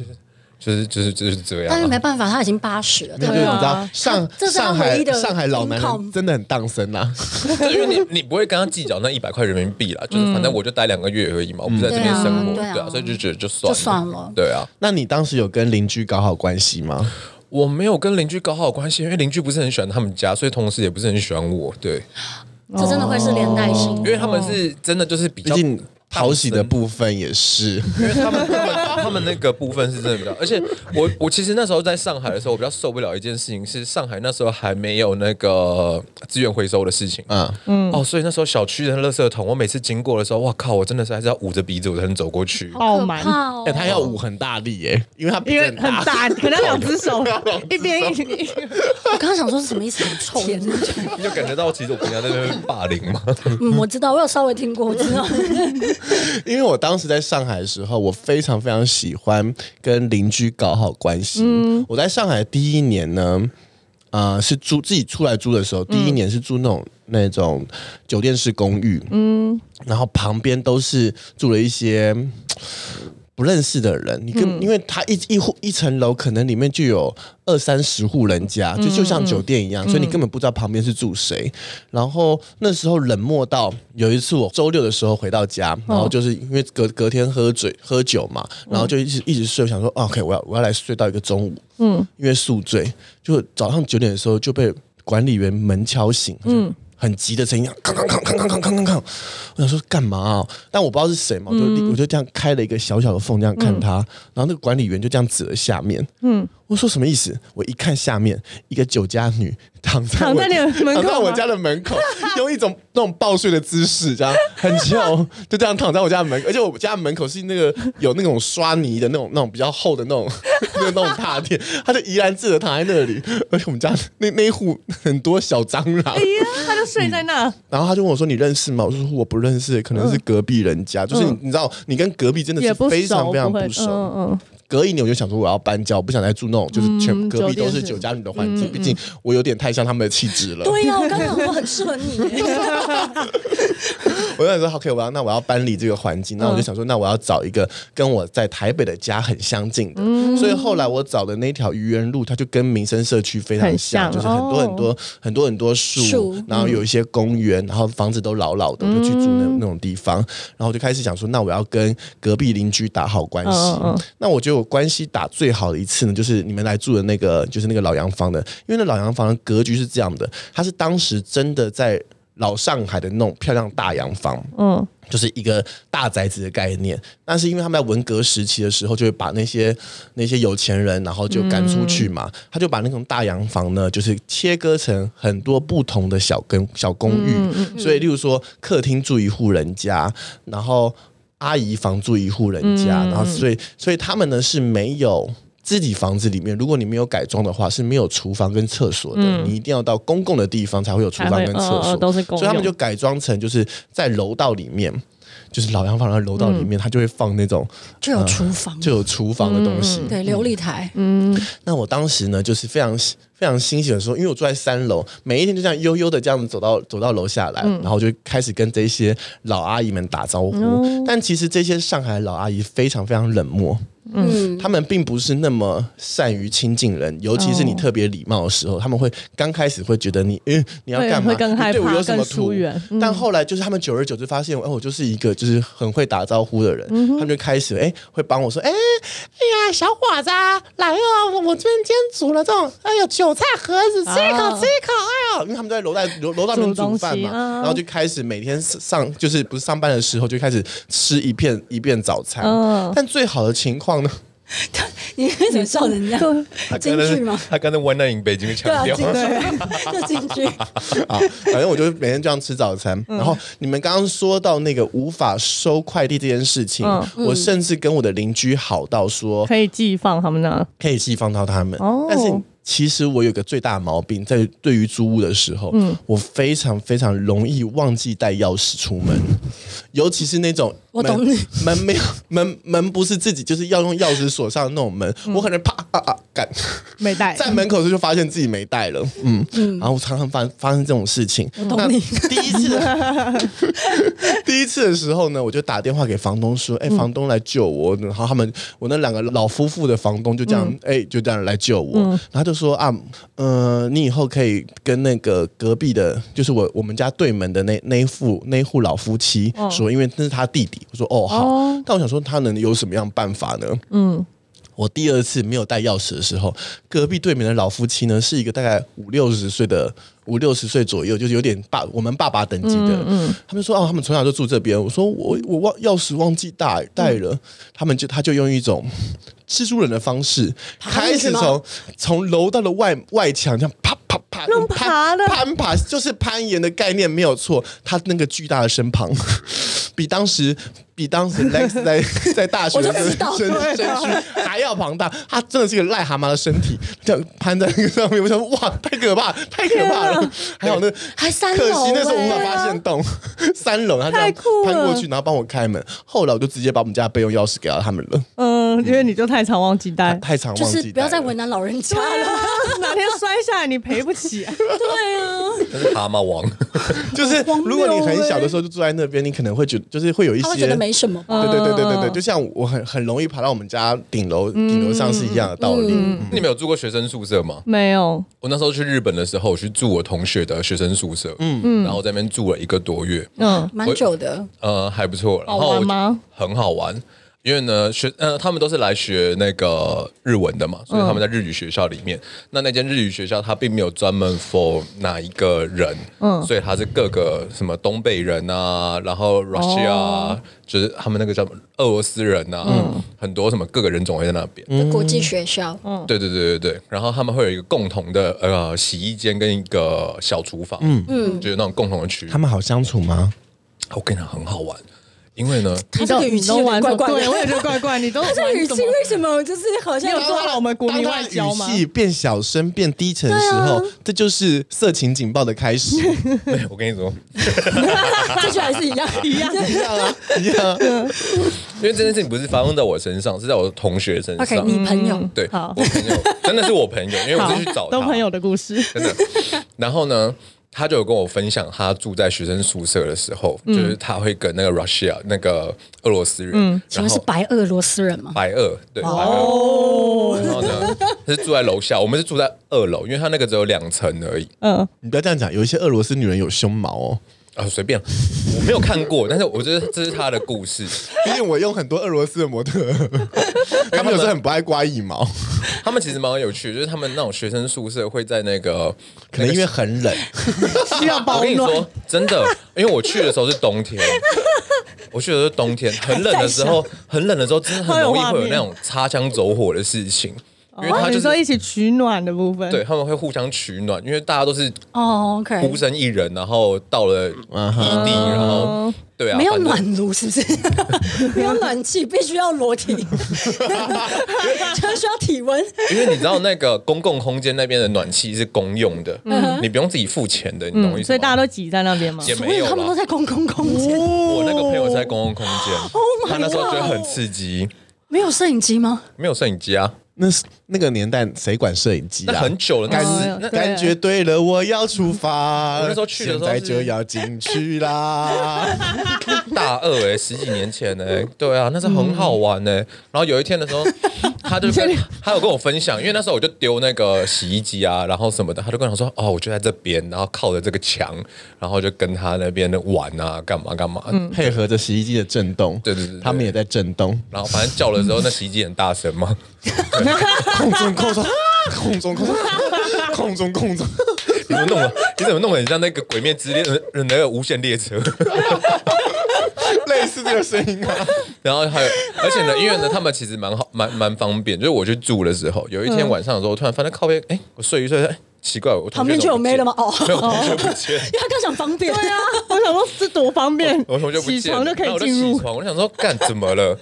就是就是就是就是这样、
但是
啊
没。办法，他已经八十了，
就
对
对
是你
吧
知
啊
道上
这是她
上
唯
海
一的
上海老男人
income
真的很当生啊啦，
对，因为你你不会跟他计较那一百块人民币 啦，就是反正我就待两个月而已嘛，我不在这边生活，
嗯对
对
啊对
啊，
啊
所以就觉得就算了，
就算了
对啊。
那你当时有跟邻居搞好关系吗？
我没有跟邻居搞好关系，因为邻居不是很喜欢他们家，所以同时也不是很喜欢我。对，
这真的会是连带性
因。为他们是真的就是比
毕
较，因
竟讨喜的部分也是，
为他们他们他们那个部分是真的比较，而且我我其实那时候在上海的时候，我比较受不了一件事情是上海那时候还没有那个资源回收的事情。
嗯，
哦，所以那时候小区的垃圾桶，我每次经过的时候，哇靠，我真的是还是要捂着鼻子我才能走过去。
傲慢
可怕哦
哎，他要舞很大力耶，因为他
因为
鼻子
很大，
啊
可能两只 手一边一
我刚刚想说是什么意思？很臭的那种。
你就感觉到其实我平常在那边霸凌嘛。
嗯，我知道，我有稍微听过，我知道。
因为我当时在上海的时候，我非常非常喜欢跟邻居搞好关系。我在上海第一年呢，啊、是租自己出来租的时候，第一年是住那种、那种酒店式公寓，嗯，然后旁边都是住了一些。嗯不认识的人，你跟、因为他一一户一层楼，可能里面就有二三十户人家，就就像酒店一样，所以你根本不知道旁边是住谁。然后那时候冷漠到有一次我周六的时候回到家，然后就是因为隔隔天喝醉喝酒嘛，然后就一直一直睡，我想说、啊 OK，我要我要来睡到一个中午，嗯，因为宿醉，就早上九点的时候就被管理员门敲醒，嗯。很急的声音，康康康康康康康康，我想说干嘛、啊？但我不知道是谁嘛，我就、
嗯
我就这样开了一个小小的缝，这样看他，然后那个管理员就这样指了下面，嗯，我说什么意思？我一看下面一个酒家女躺在
躺
我
在你的门口
躺在
吗
我家的门口，用一种那种抱睡的姿 势，这样很翘，就这样躺在我家的门口，而且我家的门口是那个有那种刷泥的那种那种比较厚的那种 那个那种踏垫，他就怡然自得躺在那里，而且我们家那那一户很多小蟑螂，
他就睡在那，
然后他就问我说：“你认识吗？”我说：“我不认识，可能是隔壁人家。就是你你知道，你跟隔壁真的
嗯也
是
不
非常
熟
非常
不会
不熟。
嗯
隔一年我就想说我要搬家，我不想再住那种就是全
嗯
隔壁
酒店嗯
都是
式
酒家女的环境，毕竟我有点太像他们的气质了。
对呀、我刚刚想说很适合你 耶，
我就想说好 OK，我要那我要搬离这个环境，那
嗯
我就想说，那我要找一个跟我在台北的家很相近的。
嗯
所以后来我找的那条愚人路，它就跟民生社区非常
很像
像，就是很多
哦嗯
很多、很多很多树，
树
然后有一些公园，然后房子都老老的，我就去住那那种地方。然后我就开始想说，那我要跟隔壁邻居打好关系。
嗯嗯嗯
那我觉得我关系打最好的一次呢，就是你们来住的那个，就是那个老洋房的，因为那老洋房的格局是这样的，它是当时真的在老上海的那种漂亮大洋房，
嗯，
就是一个大宅子的概念。但是因为他们在文革时期的时候，就会把那些那些有钱人，然后就赶出去嘛，他就把那种大洋房呢，就是切割成很多不同的小跟小公寓。所以，例如说客厅住一户人家，然后阿姨房住一户人家，然后所以所以他们呢是没有。自己房子里面，如果你没有改装的话，是没有厨房跟厕所的。你一定要到公共的地方才会有厨房
才会
跟厕所，
嗯嗯都是公用
所以他们就改装成就是在楼道里面，就是老洋房的楼道
嗯
里面，它就会放那种
就有厨房，
就有厨房的东西。
嗯
对琉璃台，
那我当时呢，就是非常非常欣喜的说，因为我住在三楼，每一天就这样悠悠的这样子走到走到楼下来，
嗯
然后就开始跟这
哦
些老阿姨们打招呼。但其实这些上海老阿姨非常非常冷漠，嗯，他们并不是那么善于亲近人，尤其
哦
是你特别礼貌的时候，他们会刚开始会觉得你，嗯，你要
对
干嘛？
会更害
你对我
怕
有什么
更疏
图
远？
但后来就是他们久而久之发现，哦，我就是一个就是很会打招呼的人，
嗯
他们就开始哎会帮我说，哎哎呀，小伙子啊，来哦，我我这边今天煮了这种，哎呦韭菜盒子，吃一口
哦
吃一口，哎呦，因为他们都在楼在楼楼上面
煮东
煮饭
西
嘛，
嗯
然后就开始每天上就是不是上班的时候就开始吃一片一片早餐，
嗯
但最好的情况呢，
你为什么笑成这样？京剧吗？
他刚才 One Night in 北京
对
强
啊，
调
京，剧，就京剧。
啊，反正我就每天这样吃早餐。
嗯
然后你们刚刚说到那个无法收快递这件事情，
嗯
我甚至跟我的邻居好到说
可以寄放他们那。
可以寄放到他们，
哦
但是。其实我有个最大的毛病，在对于租屋的时候，
嗯
我非常非常容易忘记带钥匙出门，尤其是那种
我
门
懂你
门没有门门不是自己，就是要用钥匙锁上的那种门，
嗯
我可能啪啊啊干，
没带
在门口的时候就发现自己没带了，嗯，然后常常发发生这种事情。
懂你
那第一次， 第一次的时候呢，我就打电话给房东说：“哎、房东来救我。然后他们，我那两个老夫妇的房东就这样，哎、就这样来救我。然后他就说：“啊，嗯、你以后可以跟那个隔壁的，就是我我们家对门的那那一户那一户老夫妻说，因为那是他弟弟。”我说：“哦，好。但我想说，他能有什么样办法呢？我第二次没有带钥匙的时候，隔壁对面的老夫妻呢是一个大概五六十岁的五六十岁左右，就是有点爸我们爸爸等级的。
嗯
他们说哦，他们从小就住这边。我说我我忘钥匙忘记带带了，他们就他就用一种蜘蛛人的方式，
爬
开
进去
始
吗
从从楼道的外外墙这样啪啪啪
用
攀
爬的
攀爬，就是攀岩的概念没有错。他那个巨大的身旁， 比当时比当时 Lex 在 在大学的
我就知道啊
身身躯还要庞大。他真的是一个癞蛤蟆的身体，这样攀在那个上面。我想说，哇，太可怕，太可怕了。还好那
啊还三
可
楼
惜那时候我无法
欸
发现洞，三楼他这样
太酷
攀过
了
去，然后帮我开门。后来我就直接把我们家的备用钥匙给到他们了，
嗯，因为你就太常忘记带，
太常
哎就
忘
是
记
不要
带
再
了
为难老人家了。
哪天摔下来你赔不起。
对啊，
他是蛤蟆王，
就是如果你很小的时候就住在那边，你可能会觉得就是会有一
哎他会
些
觉得。没嗯什么吧？
对对对对对对，就像我很很容易爬到我们家顶楼顶楼上是一样的道理。
嗯
你们有住过学生宿舍吗？
没有，
我那时候去日本的时候，我去住我同学的学生宿舍，嗯嗯，然后在那边住了一个多月，
嗯，
蛮久的，
呃，还不错。然
好
后我
玩吗？
很好玩，因为呢，学呃，他们都是来学那个日文的嘛，所
嗯
以他们在日语学校里面，那那间日语学校它并没有专门 for 哪一个人，嗯，所以它是各个什么东北人啊，然后 Russia 啊、
哦
就是他们那个叫俄罗斯人啊，
嗯
很多什么各个人种会在那边，
国际学校，
嗯
对对对对对，然后他们会有一个共同的呃洗衣间跟一个小厨房，嗯嗯，就是那种共同的区域。
们好相处吗？
我跟你讲很好玩，因为 呢，
他这个语
你
气
都
有点
玩
怪怪
对我
的。
也觉得怪怪，你都玩
他这个语
什
气
么？
为什么就是好像
你有做好我们国民外交吗
当他？语气变小声、变低沉的时候，
啊
这就是色情警报的 开始。
对我跟你说，
这句还是一 样一 样？
一样啊，一样啊。
因为这件事情不是发生在我身上，是在我同学身上。
OK，你朋友
对，
好
我朋友 真的是我朋友，因为我是去找他，
都朋友的故事，
真的。 然后呢，他就有跟我分享，他住在学生宿舍的时候，
嗯
就是他会跟那个 Russia 那个俄罗斯人，
请
然
问是哦
后
白俄罗斯人吗？
白俄对白俄，然后呢，他是住在楼下，我们是住在二楼，因为他那个只有两层而已。
嗯，
你不要这样讲，有一些俄罗斯女人有胸毛哦。
啊，随便，我没有看过，但是我觉得这是他的故事。
毕竟我用很多俄罗斯 的模特，他们有时候很不爱刮腋毛，
他们其实蛮有趣的，就是他们那种学生宿舍会在那个，
可能因为很冷。
需要
啊我
保
跟你
暖。
说，真的，因为我去的时候是冬天， 我去的时候是冬天，很冷的时候，很冷的时候，真的很容易会有那种擦枪走火的事情，因为他
哦，
就
你
是
说一起取暖的部分，
对，他们会互相取暖，因为大家都是
哦，OK，
孤身一人，然后到了异地，
哦
然后对啊，
没有
反正
暖炉是 不是？没有暖气，必须要裸体，就需要体温。
因为你知道那个公共空间那边的暖气是公用的，你不用自己付钱的，你懂我意
嗯，
思
所
吗？
以大家都挤在那边吗？
也
所
没
以
有
他们都
啦。哦
在公共空间，
我那个朋友是在公共空 间，
Oh
my
他那时候觉得很刺激，
没有摄影机吗？
没有摄影机啊，
那是那个年代谁管摄影机
那
啊？
很久了，那
感
是
哦
那
对
感觉对了，我要出发。
我那时候去的时候
现
是
在就要进去啦。
大大二哎、十几年前哎、对啊，那时候很好玩哎、然后有一天的时候，他就跟他有跟我分享，因为那时候我就丢那个洗衣机啊，然后什么的，他就跟我说哦，我就在这边，然后靠着这个墙，然后就跟他那边玩啊，干嘛干嘛。
配合着洗衣机的震动，
对对对对
他们也在震 动，
然后反正叫的时候，那洗衣机很大声嘛，
空中空中空中空中空中空中，
你怎么弄 了？你怎么弄得很像那个《鬼灭之恋》呃那个无限列车？
类似这个声音啊，
然后还有，而且呢，因为呢，他们其实蛮好，蛮蛮方便。就是我去住的时候，有一
嗯
天晚上的时候，我突然翻到靠边，哎，我睡一睡，哎，奇怪，我
旁边就
就
有妹
啊
了吗？？哦，
没有，我同学不 见。
因为他刚想方便，对啊，
我想说这多方便，
我同学不
起
见，
床就可
然后我
以
就
进入
起。床，我就想说干怎么了？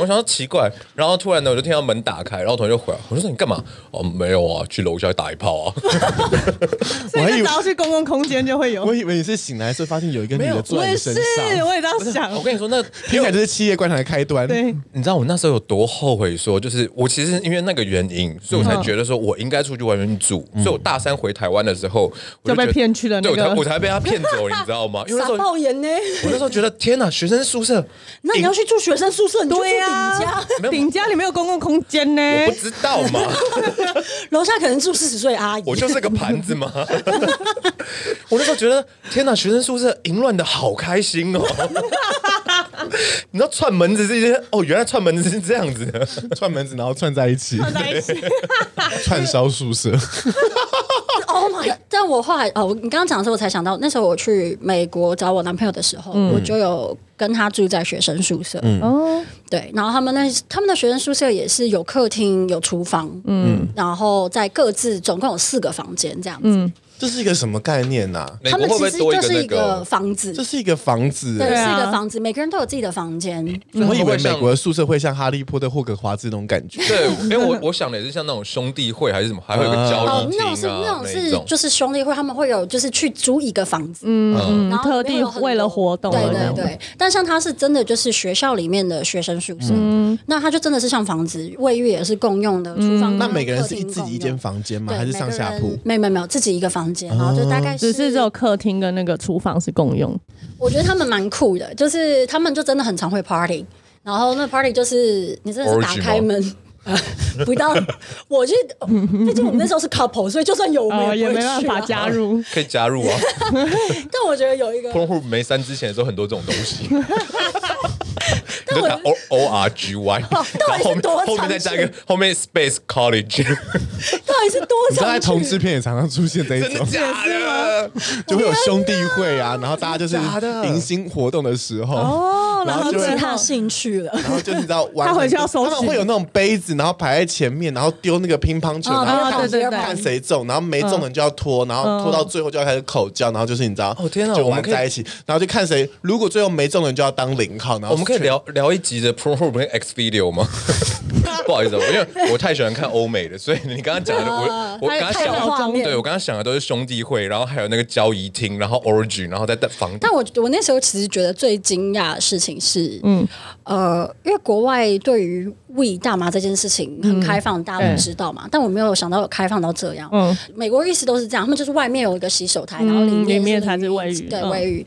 我想说奇怪，然后突然呢，我就听到门打开，然后我同学就回来，我就说你干嘛？哦，没有啊，去楼下打一炮啊。
所
我还
以
以
就
为
只要去公共空间就会有。
我以为你是醒来的时候发现有一个女的坐
我
在
也
你
是
身上，，
我也这样想。
我跟你说，那
听起来就是七夜观察的开端。
对，
你知道我那时候有多后悔说就是我其实因为那个原因，所以我才觉得说我应该出去外面住。所以我大三回台湾的时候，我
就被
觉得
骗去了那
对，我才
个
我才被他骗走，你知道 吗？因为那时候
傻爆眼呢。
我那时候觉得天哪，学生宿舍，
那你要去住学生宿舍，你就住
对
顶
啊
呀
家，
没有
顶家里面有公共空间呢。
我不知道嘛，
楼下可能住四十岁阿姨。
我就是个盘子嘛。 我那时候觉得天哪，学生宿舍淫乱的好开心哦。 你知道串门子是一件哦，原来串门子是这样子的。
串门子，然后串在一起，
在一起，
串烧宿舍。
Oh my！God 但我后来哦，我你刚刚讲的时候，我才想到，那时候我去美国找我男朋友的时候，
嗯
我就有跟他住在学生宿舍。
哦，
对，然后他们那他们的学生宿舍也是有客厅、有厨房，嗯，然后在各自总共有四个房间这样子。
这是一个什么概念呐？
美
他
国
们
会不
其
会多一
实就
个
是
那
一个
个？
房子，
这是一个房子
对，
欸，
是
啊
一个房子，每个人都有自己的房间。
我以为
会像
美国的宿舍会像嗯哈利波特、霍格华兹那种感觉。
对，因为我我想的也是像那种兄弟会还是什么，还会有个交
哦
易，厅
那
啊
种是那种
一
是
种
就是兄弟会，他们会有就是去租一个房子，
嗯，
然后
特
里面
地
有很多
为了活动
对
而
对
弄，
对，但像他是真的就是学校里面的学生宿舍，
嗯
那他就真的是像房子，卫浴也是共用的，厨房共用
那每个人是
客
一
厅
自己一
共
间
用
房间吗？
对
还是上下铺？？哦
每个人没有没有没有，自己一个房间，然后就大概
只是只有客厅跟那个厨房是共用。
我觉得他们蛮酷的，就是他们就真的很常会 party，然后那 party 就是你真的是打
Orgy
开
吗
门。呃 不到，我就毕竟我们那时候是 couple，所以就算有我们
哦，也
不
没
会
办
去
法
啊
加入。
可以加入啊。
但我觉得有一个，
Pornhub 没删之前的时候，很多这种东 西。你就打 O O R G Y，然后后
哦底是多
面后面再加一个后面 Space College，
到底是多
你知道
少
在
去
同志片也常常出现这一
真的
种，
假的？
就会有兄弟会啊，然后大家就是
真的假的
迎新活动的时候，
哦，然
然
后
后
就
其他兴趣了？
然后就是知道玩很多，
他回去要收拾
他们会有那种杯子，然后排在前面，然后丢那个乒乓球，
哦
然后
哦对对对嗯
看谁中，然后没中的人就要拖，然后拖到最后就要开始口交，然后就是你知道，
哦天哪
就
我们
玩
可以
在一起，然后就看谁，如果最后没中的人就要当零号，然后
我们可以聊聊一集的 Pornhub 跟 X Video 吗？ 不好意思，我因为我太喜欢看欧美的，所以你刚刚讲的我我刚
啊还
刚
有还
想
有那个画
的，
面
对我刚刚想的都是兄弟会，然后还有那个交易厅，然后 Orgy，然后再在房
但我我那时候其实觉得最惊讶的事情是，嗯，呃，因为国外对于 we 大麻这件事情
嗯
很开放，大家都知道嘛，但我没有想到有开放到这样。
哎嗯
美国一直都是这样，他们就是外面有一个洗手台，然后里
嗯里
面
面
面
才是卫浴
对
嗯
卫浴。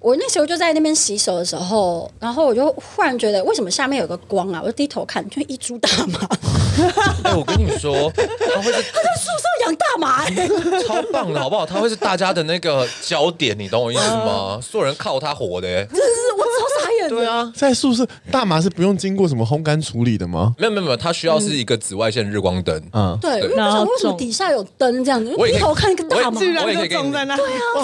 我那时候就在那边洗手的时候，然后我就忽然觉得，为什么下面有个光啊？我就低头看，就一株大麻，
哎，我跟你说，它会是
宿舍养大麻、欸，
超棒的，好不好？它会是大家的那个焦点，你懂我意思吗？所有人靠它活的、欸。
真的是我超傻眼的。
啊，
在宿舍大麻是不用经过什么烘干处理的吗？
没有没有没有，它需要是一个紫外线日光灯。
嗯，
对，因为我
然后
想说为什么
种
底下有灯这样子，
我也
低
可以
头看一个大麻，
我也
居
对
然
我也可
就
以给你
种在那。
啊，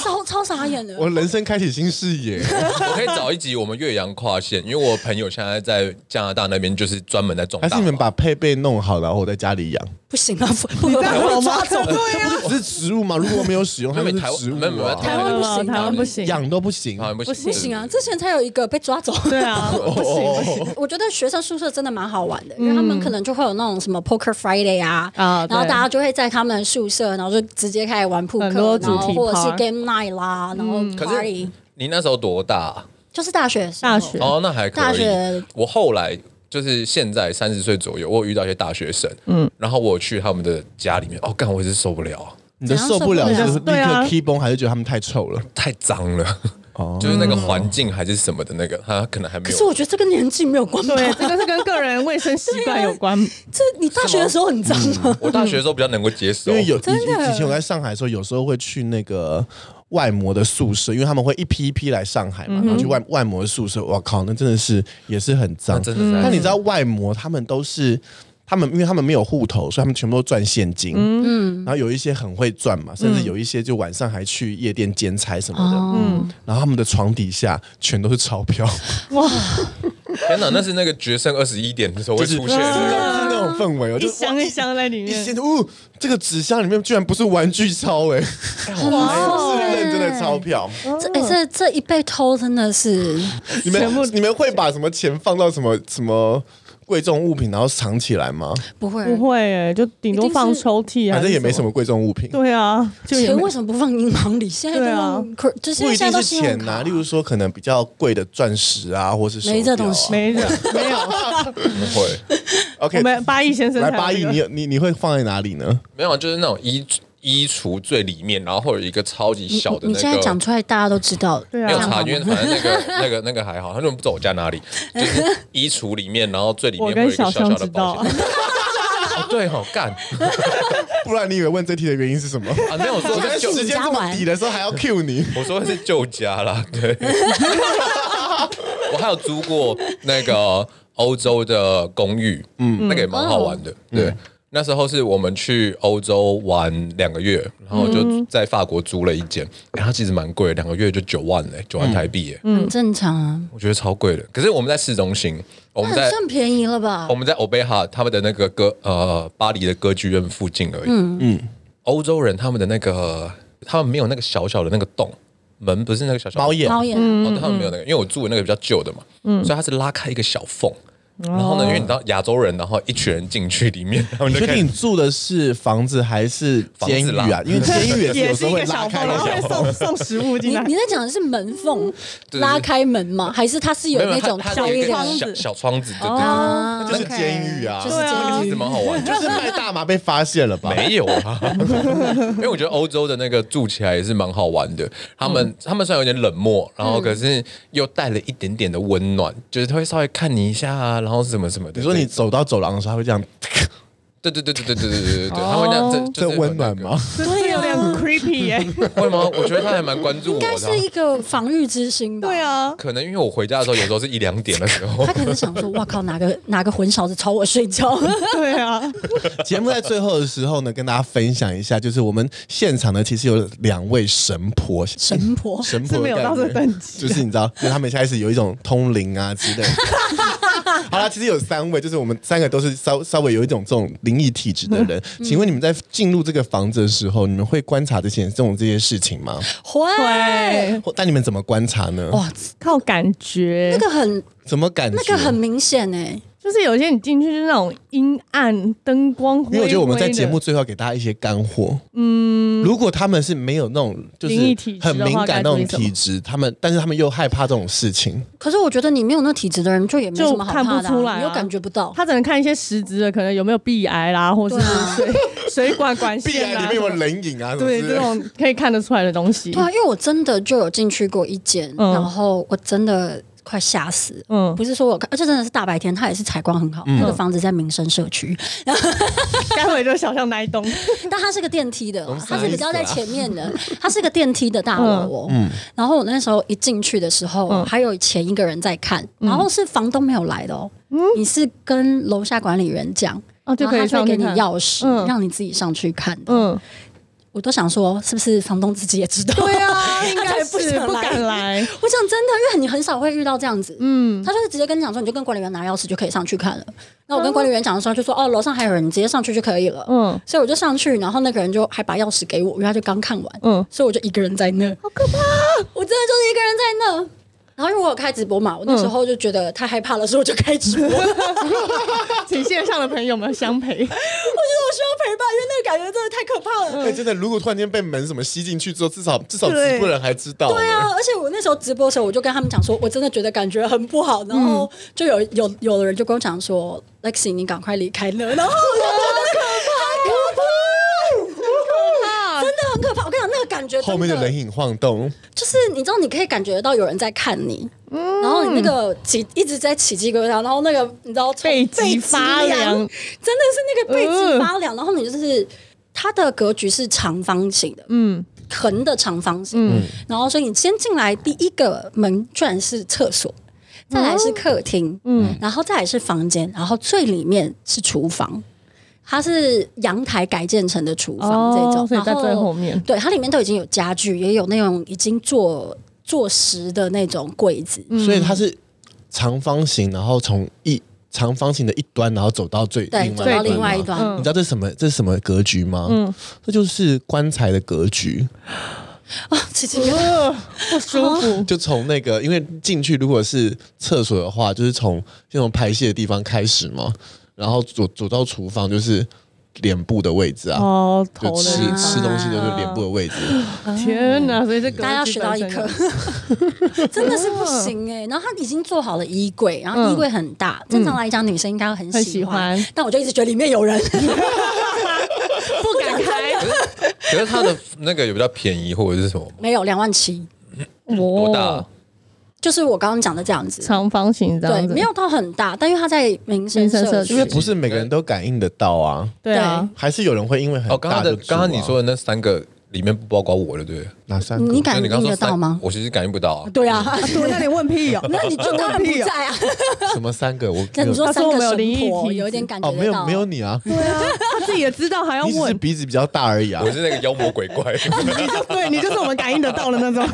超超傻眼的。
我人生开启新视 野，
我可以找一集我们岳阳跨线，因为我朋友现在在加拿大那边，就是专门在种
还
大
是
麻。
你们把配备弄好，然后我在家里养？
不行 啊，不不不
这样好吗？对啊呀，
这只是植物吗？如果没有使用，它
没有
们
台
是
湾
植物
没有没有哦
啊
台
台湾不行，
台湾不行，
养都不行
好。像不行，
不
不行啊！
对！
之前才有一个被抓走。
对啊，不行不行。
我觉得学生宿舍真的蛮好玩的，因为他们可能就会有那种什么 Poker Friday 啊，
嗯啊对
然后大家就会在他们宿舍，然后就直接开始玩扑克，
很多
然
主题
后
啊嗯
或者是
趴
Game Night 啦，然后
可
Party，
是你那时候多大啊、
就是大学的时候
大学
哦，那还可以。
大学
我后来就是现在三十岁左右，我有遇到一些大学生，嗯，然后我去他们的家里面，哦，干，我也是受不了，
你的受不了
怎
是
样
立
受不了啊
刻 key 崩，还是觉得他们太臭了？
太脏了。 就是那个环境还是什么的那个，他可能还没
可是
有
我觉得这跟年纪没有关吧？
对，这啊个是跟个人卫生习惯有关。
这你大学的时候很脏啊吗？
我大学的时候比较能够接受，
因为有以
真的
以前我在上海的时候，有时候会去那个外模的宿舍，因为他们会一批一批来上海嘛，然后去外外模的宿舍，哇靠，那真的是也是很脏，
那真的是嗯
但你知道外模他们都是。他们因为他们没有户头，所以他们全部都赚现金。嗯，然后有一些很会赚嘛，甚至有一些就晚上还去夜店兼差什么的。嗯，然后他们的床底下全都是钞票，
天哪，那是那个决胜二十一点的时候会
就是啊
出现的那个。
就是那种氛围哦，
一
就是
箱一箱在里
一
面，
掀，哦，这个纸箱里面居然不是玩具钞哎、
哇
是认真的钞票。哦
嗯
这哎、这这一被偷真的是，
你们你们会把什么钱放到什么什么贵重物品，然后藏起来吗？
不会
不会欸，就顶多放抽屉啊，
反正也没什么。贵重物品，
对啊，就也
钱
没
为什么不放银行里？现在都
对啊
用 cre- 就是因
不
为
一
现在
定
都
是
信用
钱
卡
呐、例如说可能比较贵的钻石啊，或是手
没这
表啊
东西
没 人没有。
不嗯会，
我
OK，
们八亿先生才
来
有这个，
八亿，你你你会放在哪里呢？
没有，啊就是那种衣衣橱最里面，然后会有一个超级小的
你
那
现在讲
个。
出来，大家都知道，
对啊
没有
这样
查，
好
因为
吗？
反正那个那个 那个还好，他就不知道我家哪里，就是衣橱里面，然后最里面
我
会有
跟
一个
小
小小
象
的
知
保
道
险。， 哦对哦，干啊，
不然你以为问这题的原因是什么？
没有我说
我
我
在
在救
是
时间这么抵的时候还要 cue 你，
我说的是旧家啦， 对。我还有租过那个欧洲的公寓，嗯，那个也蛮好玩的，对。那时候是我们去欧洲玩两个月，然后就在法国租了一间，然它其实蛮贵的，两个月就九万嘞、九万台币耶、
很正常啊，
我觉得超贵的。可是我们在市中心，我们
那
在
算便宜了吧
我？们在欧贝哈他们的那个歌呃巴黎的歌剧院附近而已。嗯嗯，欧洲人他们的那个他们没有那个小小的那个洞门，不是那个小小的
猫眼
猫眼，
嗯
哦，他们没有那个，因为我住的那个比较旧的嘛，所以它是拉开一个小缝。然后呢，因为你知道亚洲人，然后一群人进去里面，他们
哦你
就
确
开
定
始
你住的是房子还是监狱
房？子
啊
啦
因为监狱也是有
也
时
是
候
一
会
个
拉
小
开哦
缝，
的
然后
小
会
缝。
送送食物进
你
来
你。在讲的是门缝
对
拉开门吗？还是它是有
没有
那
它
种
它
高
有
一
一
点
个小
的
小窗子，对对对，
啊？
就是监狱啊
就是
对啊
监
其
狱
实。蛮好玩，就
就是卖大麻被发现了吧？
没有啊，因为我觉得欧洲的那个住起来也是蛮好玩的。他们他们虽然有点冷漠，然后可是又带了一点点的温暖，就是他会稍微看你一下啊，然后什么什么的。
你说你走到走廊的时候，他会这样，
对对对对对对对对对对，他会那样这
这温暖？吗？
这这有点
啊
creepy 欸耶、
就是有那个会吗？我觉得他还蛮关注
应
我的
该
啊。
是一个防御之心吧？
对，啊，
可能因为我回家的时候，有时候是一两点的时 候
他，可能想说：“哇靠，哪个哪个混小子吵我 睡觉
对 啊，
节目在最后的时候呢，跟大家分享一下，就是我们现场呢，其实有两位神婆，神
神婆
神
是
婆
没
的
有到
感
这
觉
个等级。啊
就是你知道，就是他们开始有一种通灵啊之 类的。好啦，其实有三位，就是我们三个都是稍稍微有一种这种灵异体质的人。
嗯
请问你们在进入这个房子的时候，你们会观察这些这种这些事情吗？
会
对，
或但你们怎么观察呢？
哇，
靠感觉
那，个很
怎么感觉？
那个很明显哎，
就是有些你进去就是那种阴暗灯光
因为我觉得我们在节目
微微的
最后给大家一些干货。嗯，如果他们是没有那种就是
灵异体质的话
很敏感那种
该注意什么
体质，他们但是他们又害怕这种事情，
可是我觉得你没有那体质的人，就也没什么好怕的啊，
就看不出来啊
你又感觉不到。
他只能看一些实质的，可能有没有壁癌啦，或是
对啊
水、 水管管
必
线
然
啊
里面，有冷饮啊，什么
对
之类
这
的。
种可以看得出来的东西
对。啊，因为我真的就有进去过一间，
嗯
然后我真的快吓死。
嗯，
不是说我看，而啊且真的是大白天，它也是采光很好。那个房子在民生社区，
待会就小象那一栋，
但它是个电梯的啦，
懂啥
它是比较在前面 的，它是个电梯的大楼哦。
嗯
然后我那时候一进去的时候，还有前一个人在看，
嗯
然后是房东没有来的哦，你是跟楼下管理员讲，
哦，就
然
可
后
以
他就
上
会
去
给你
看。
钥匙，
嗯
让你自己上去看的。
嗯，
我都想说，是不是房东自己也知道？
对 啊，应该
不
是
想
不
来
敢 来。
我讲真的，因为你很少会遇到这样子，
嗯，
他就是直接跟你讲说，你就跟管理员拿钥匙就可以上去看了。那我跟管理员讲的时候，就说哦，楼上还有人，你直接上去就可以了。
嗯
所以我就上去，然后那个人就还把钥匙给我，因为他就刚看完，
嗯
所以我就一个人在那，好可怕！ 我真的就是一个人在那。然后因为我有开直播嘛，我那时候就觉得太害怕了，所以我就开直播。我觉得我需要陪
请线上的朋友们相陪。
伴，因为那个感觉真的太可怕了。
哎，真的，如果突然间被门什么吸进去之后，至少至少直播人还知道。
对啊，而且我那时候直播的时候，我就跟他们讲说，我真的觉得感觉很不好，然后
嗯
就有有有的人就跟我讲说，Lexi，你赶快离开 那，然后我就觉得好可怕，真的很可怕。我跟你讲，那个感觉得
后面的
真的
人影晃动，
就是你知道，你可以感觉到有人在看你，然后你那个起一直在起鸡皮疙瘩，然后那个你知道从
背脊发
背脊
凉嗯
凉，真的是那个背脊发凉，然后你就是它的格局是长方形的，嗯，横的长方形，
嗯
然后所以你先进来第一个门居然是厕所。再来是客厅，嗯，然后再来是房间，然后最里面是厨房，它是阳台改建成的厨房
哦
这种，
所以在
然后
最后面
对，它里面都已经有家具，也有那种已经做做实的那种柜子，
所以它是长方形，然后从一长方形的一端，然后走到最
对，
另
走
外
到另
端
外一
嘛
端。
嗯
你知道这是什么？这是什么格局吗？嗯，这就是棺材的格局。
其实
呃不舒
嗯
服。
就从那个，因为进去如果是厕所的话，就是从这种排泄的地方开始嘛，然后走走到厨房就是脸部的位置啊，
哦，
就
头
吃
的
吃东西都是脸部的位置。
天哪！所以这
大家要学到一 课， 真的是不行哎、然后他已经做好了衣柜，然后衣柜很大，正常来讲女生应该会很
嗯很
喜
喜
欢，
欢
但我就一直觉得里面有人。
不敢开。
可是它的那个有比较便宜或者是什么吗？
没有两万七，
多大啊
哦
哇，
就是我刚刚讲的这样子。
长方形这样
对，
子，
没有到很大，但因为它在民生
民生
社
社
区
区
因为不是每个人都感应得到啊，
对啊，
还是有人会因为很
哦，刚
大
刚的
就住啊
刚刚你说的那三个里面不包括我，对不对？
哪三个？
你感
那你刚
应
刚说
得到
三
吗？
我其实感应不到啊。
对啊，
对，那你问屁哦，
那你就当然不在啊。
什么三个？我
那 你说
他
三
说我
个
们有灵
神
异
婆
体
有
质
点感觉
哦，
得
没有
到
没有你 啊，
他自己也知道还要
你只是
问，
鼻子比较大而已啊
我。是那个妖魔鬼 怪，
你就对你就是我们感应得到的那种，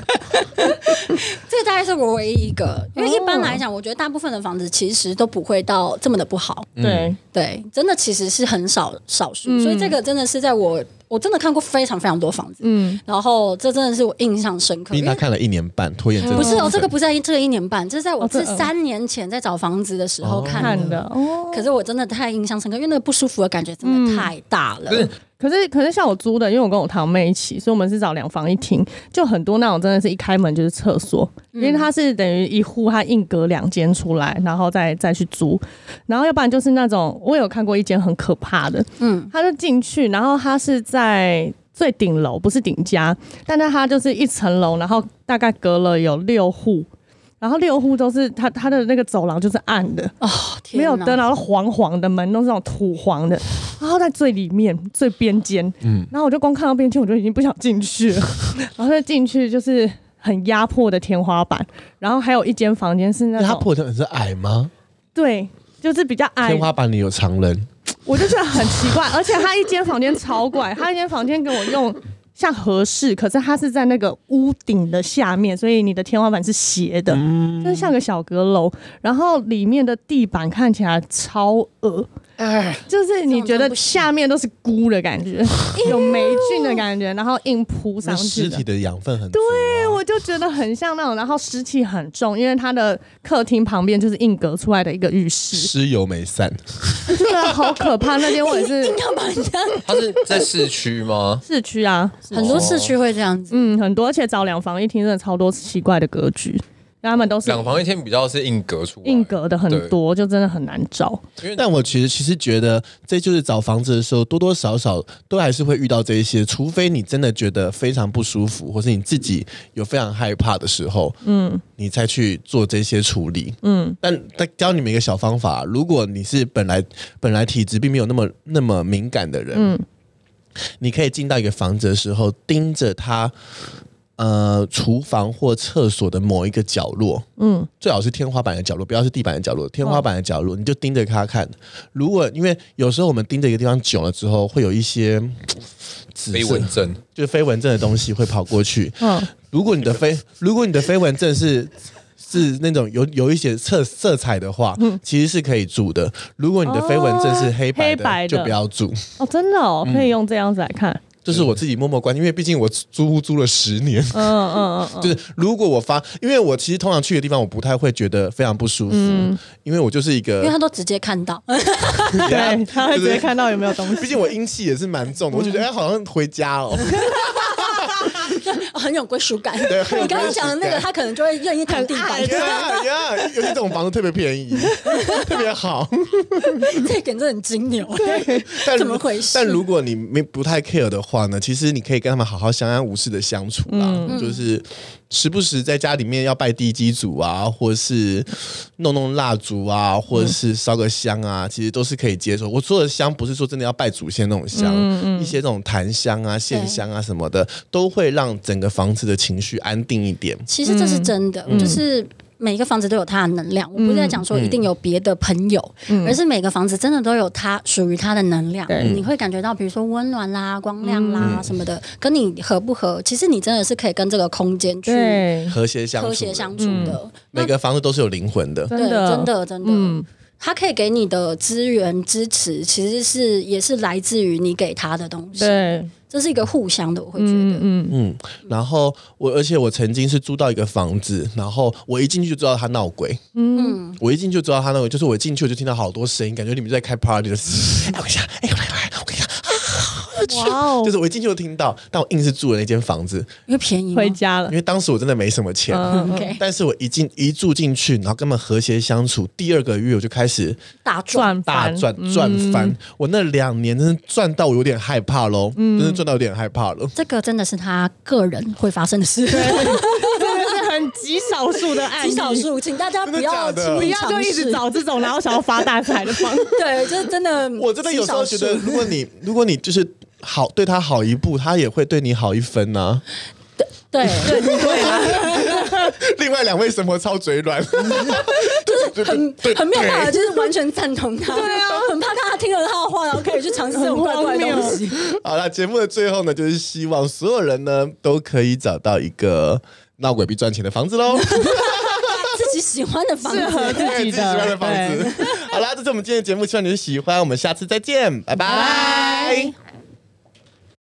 这个大概是我唯一一个，因为一般来讲，我觉得大部分的房子其实都不会到这么的不好，
对，
对，真的其实是很少少数，
嗯
所以这个真的是在我我真的看过非常非常多房子，嗯，然后这真的是我印象深刻，
毕
因
竟他
为
看了一年半，拖延症
不是
很
哦，这
深
个不是在这个一年半，这是在我
哦这
是三年前在找房子的时候看
看
的，
的哦。
可是我真的太印象深刻，因为那个不舒服的感觉真的太大
嗯
了，哦
可是可是像我租的，因为我跟我堂妹一起，所以我们是找两房一厅，就很多那种真的是一开门就是厕所，因为它是等于一户它硬隔两间出来，然后再再去租，然后要不然就是那种我有看过一间很可怕的，
嗯，
他就进去，然后他是在最顶楼，不是顶家，但是他就是一层楼，然后大概隔了有六户。然后六户都是他他的那个走廊就是暗的，
哦，天
没有
哪
灯，然后黄黄的门都是那种土黄 的，然后在最里面最边间，嗯，然后我就光看到边间我就已经不想进去 了，然后就进去就是很压迫的天花板，然后还有一间房间是那
因为他
种
破的很是矮吗？
对，就是比较矮
天，花板里有常人，
我就觉得很奇怪，而且他一间房间超怪，他一间房间给我用。 像合适，可是它是在那个屋顶的下面，所以你的天花板是斜的，
嗯
就是像个小阁楼。然后里面的地板看起来超恶，
哎，
就是你觉
这种真
得
不行
下面都是菇的感觉，有霉菌的感觉，然后硬扑上
那尸
去
体
的。
的养分很对啊。
我就觉得很像那种，然后湿气很重，因为它的客厅旁边就是硬隔出来的一个浴室，
尸油没散，
真的好可怕。那天我也是
要把人家
哦
它是在市区 吗？
市区啊，
很多市区会这样子。
嗯，很多，而且找两房一厅真的超多奇怪的格局，因为他们都是
两房一厅比较是硬隔出来，
硬隔的很
对，
多，就真的很难找。
但我其实其实觉得，这就是找房子的时候，多多少少都还是会遇到这一些，除非你真的觉得非常不舒服，或是你自己有非常害怕的时候，嗯，你再去做这些处理，嗯。但但教你们一个小方法，如果你是本来本来体质并没有那么那么敏感的人，嗯，你可以进到一个房子的时候，盯着它。呃，厨房或厕所的某一个角落，嗯，最好是天花板的角落，不要是地板的角落，天花板的角落，你就盯着它看。如果因为有时候我们盯着一个地方久了之后，会有一些嗯紫
飞
色
蚊症。
就是飞蚊症的东西会跑过去。
嗯，
如果你的飞，如果你的飞蚊症是是那种有有一些色色彩的话，其实是可以住的。如果你的飞蚊症是黑白
黑白的
就不要住。
哦，真的哦，可以用这样子来看。
这是我自己默默关，因为毕竟我租屋租了十年。
嗯嗯嗯
就是如果我发，因为我其实通常去的地方，我不太会觉得非常不舒服，因为我就是一
因为
个
他，都直接看到，
嗯，对，
啊
他会直接看到有没有东西。
毕竟我阴气也是蛮重的，我就觉得哎，好像回家哦。
很有归属感。
对很有
你刚刚
归属
讲的那个，
感
他可能就会愿意投地板。
呀呀，尤其这种房子特别便宜，特别好。
这一点真的很金牛，
但
怎么回事？
但如果你没不太 care 的话呢，其实你可以跟他们好好相安无事的相处啦，
嗯
就是时不时在家里面要拜地基主啊，或是弄弄蜡烛啊，或者是烧个香啊，其实都是可以接受。我说的香不是说真的要拜祖先那种香，一些这种檀香啊、线香啊什么的，都会让整个房子的情绪安定一点。
其实这是真的，
嗯
就是。每一个房子都有它的能量，我不是在讲说一
嗯
定有别的朋友，而是每个房子真的都有它属于它的能量。
嗯
你会感觉到，比如说温暖啦、光亮啦什么的，跟你合不合，其实你真的是可以跟这个空间去
对，
和谐相处，
和谐相处的。
每个房子都是有灵魂的。
对，
嗯真的嗯
真的真的，它可以给你的资源支持，其实是也是来自于你给他的东西。
对，
这是一个互相的，我会觉得。
嗯嗯，
然后我，而且我曾经是租到一个房子，然后我一进去就知道他闹鬼。嗯，我一进去就知道他闹鬼，就是我一进去我就听到好多声音，感觉你们就在开 party 的。哎，我跟你讲，哎，我来，我来，我跟你讲，
哇哦
就，是我一进去就听到，但我硬是住了那间房子，
因为便宜嘛嗯
回家了
因，为当时我真的没什么钱。
嗯
，OK，
但是我一进一住进去，然后跟他们和谐相处，第二个月我就开始
大赚。
赚
大
翻
赚赚翻。我那两年真的赚到我有点害怕喽，真的赚到有点害怕了。
这个真的是他个人会发生的事，
真的是很极少数的案例，
极少数，请大家不要
真的假的
轻
不
易
要就
尝
一
试
直。找这种然后想要发大财的方 式。
对，就是真的，
我真的有时候觉
极
得，
少数
如果你 如果你就是好对他好一步，他也会对你好一分啊呐、
对，
另外两位神婆超嘴软，
很
对
很没有办法，就是完全赞同他，对啊，很怕他听了他的话，然后可以去尝试这种怪怪的东西。
好了，节目的最后呢，就是希望所有人呢都可以找到一个闹鬼必赚钱的房子 喽，
自己喜欢的房
适合
子，
自
自己
己
喜欢的
的
房 子。好啦，这是我们今天的节目，希望你们喜欢，我们下次再见，拜拜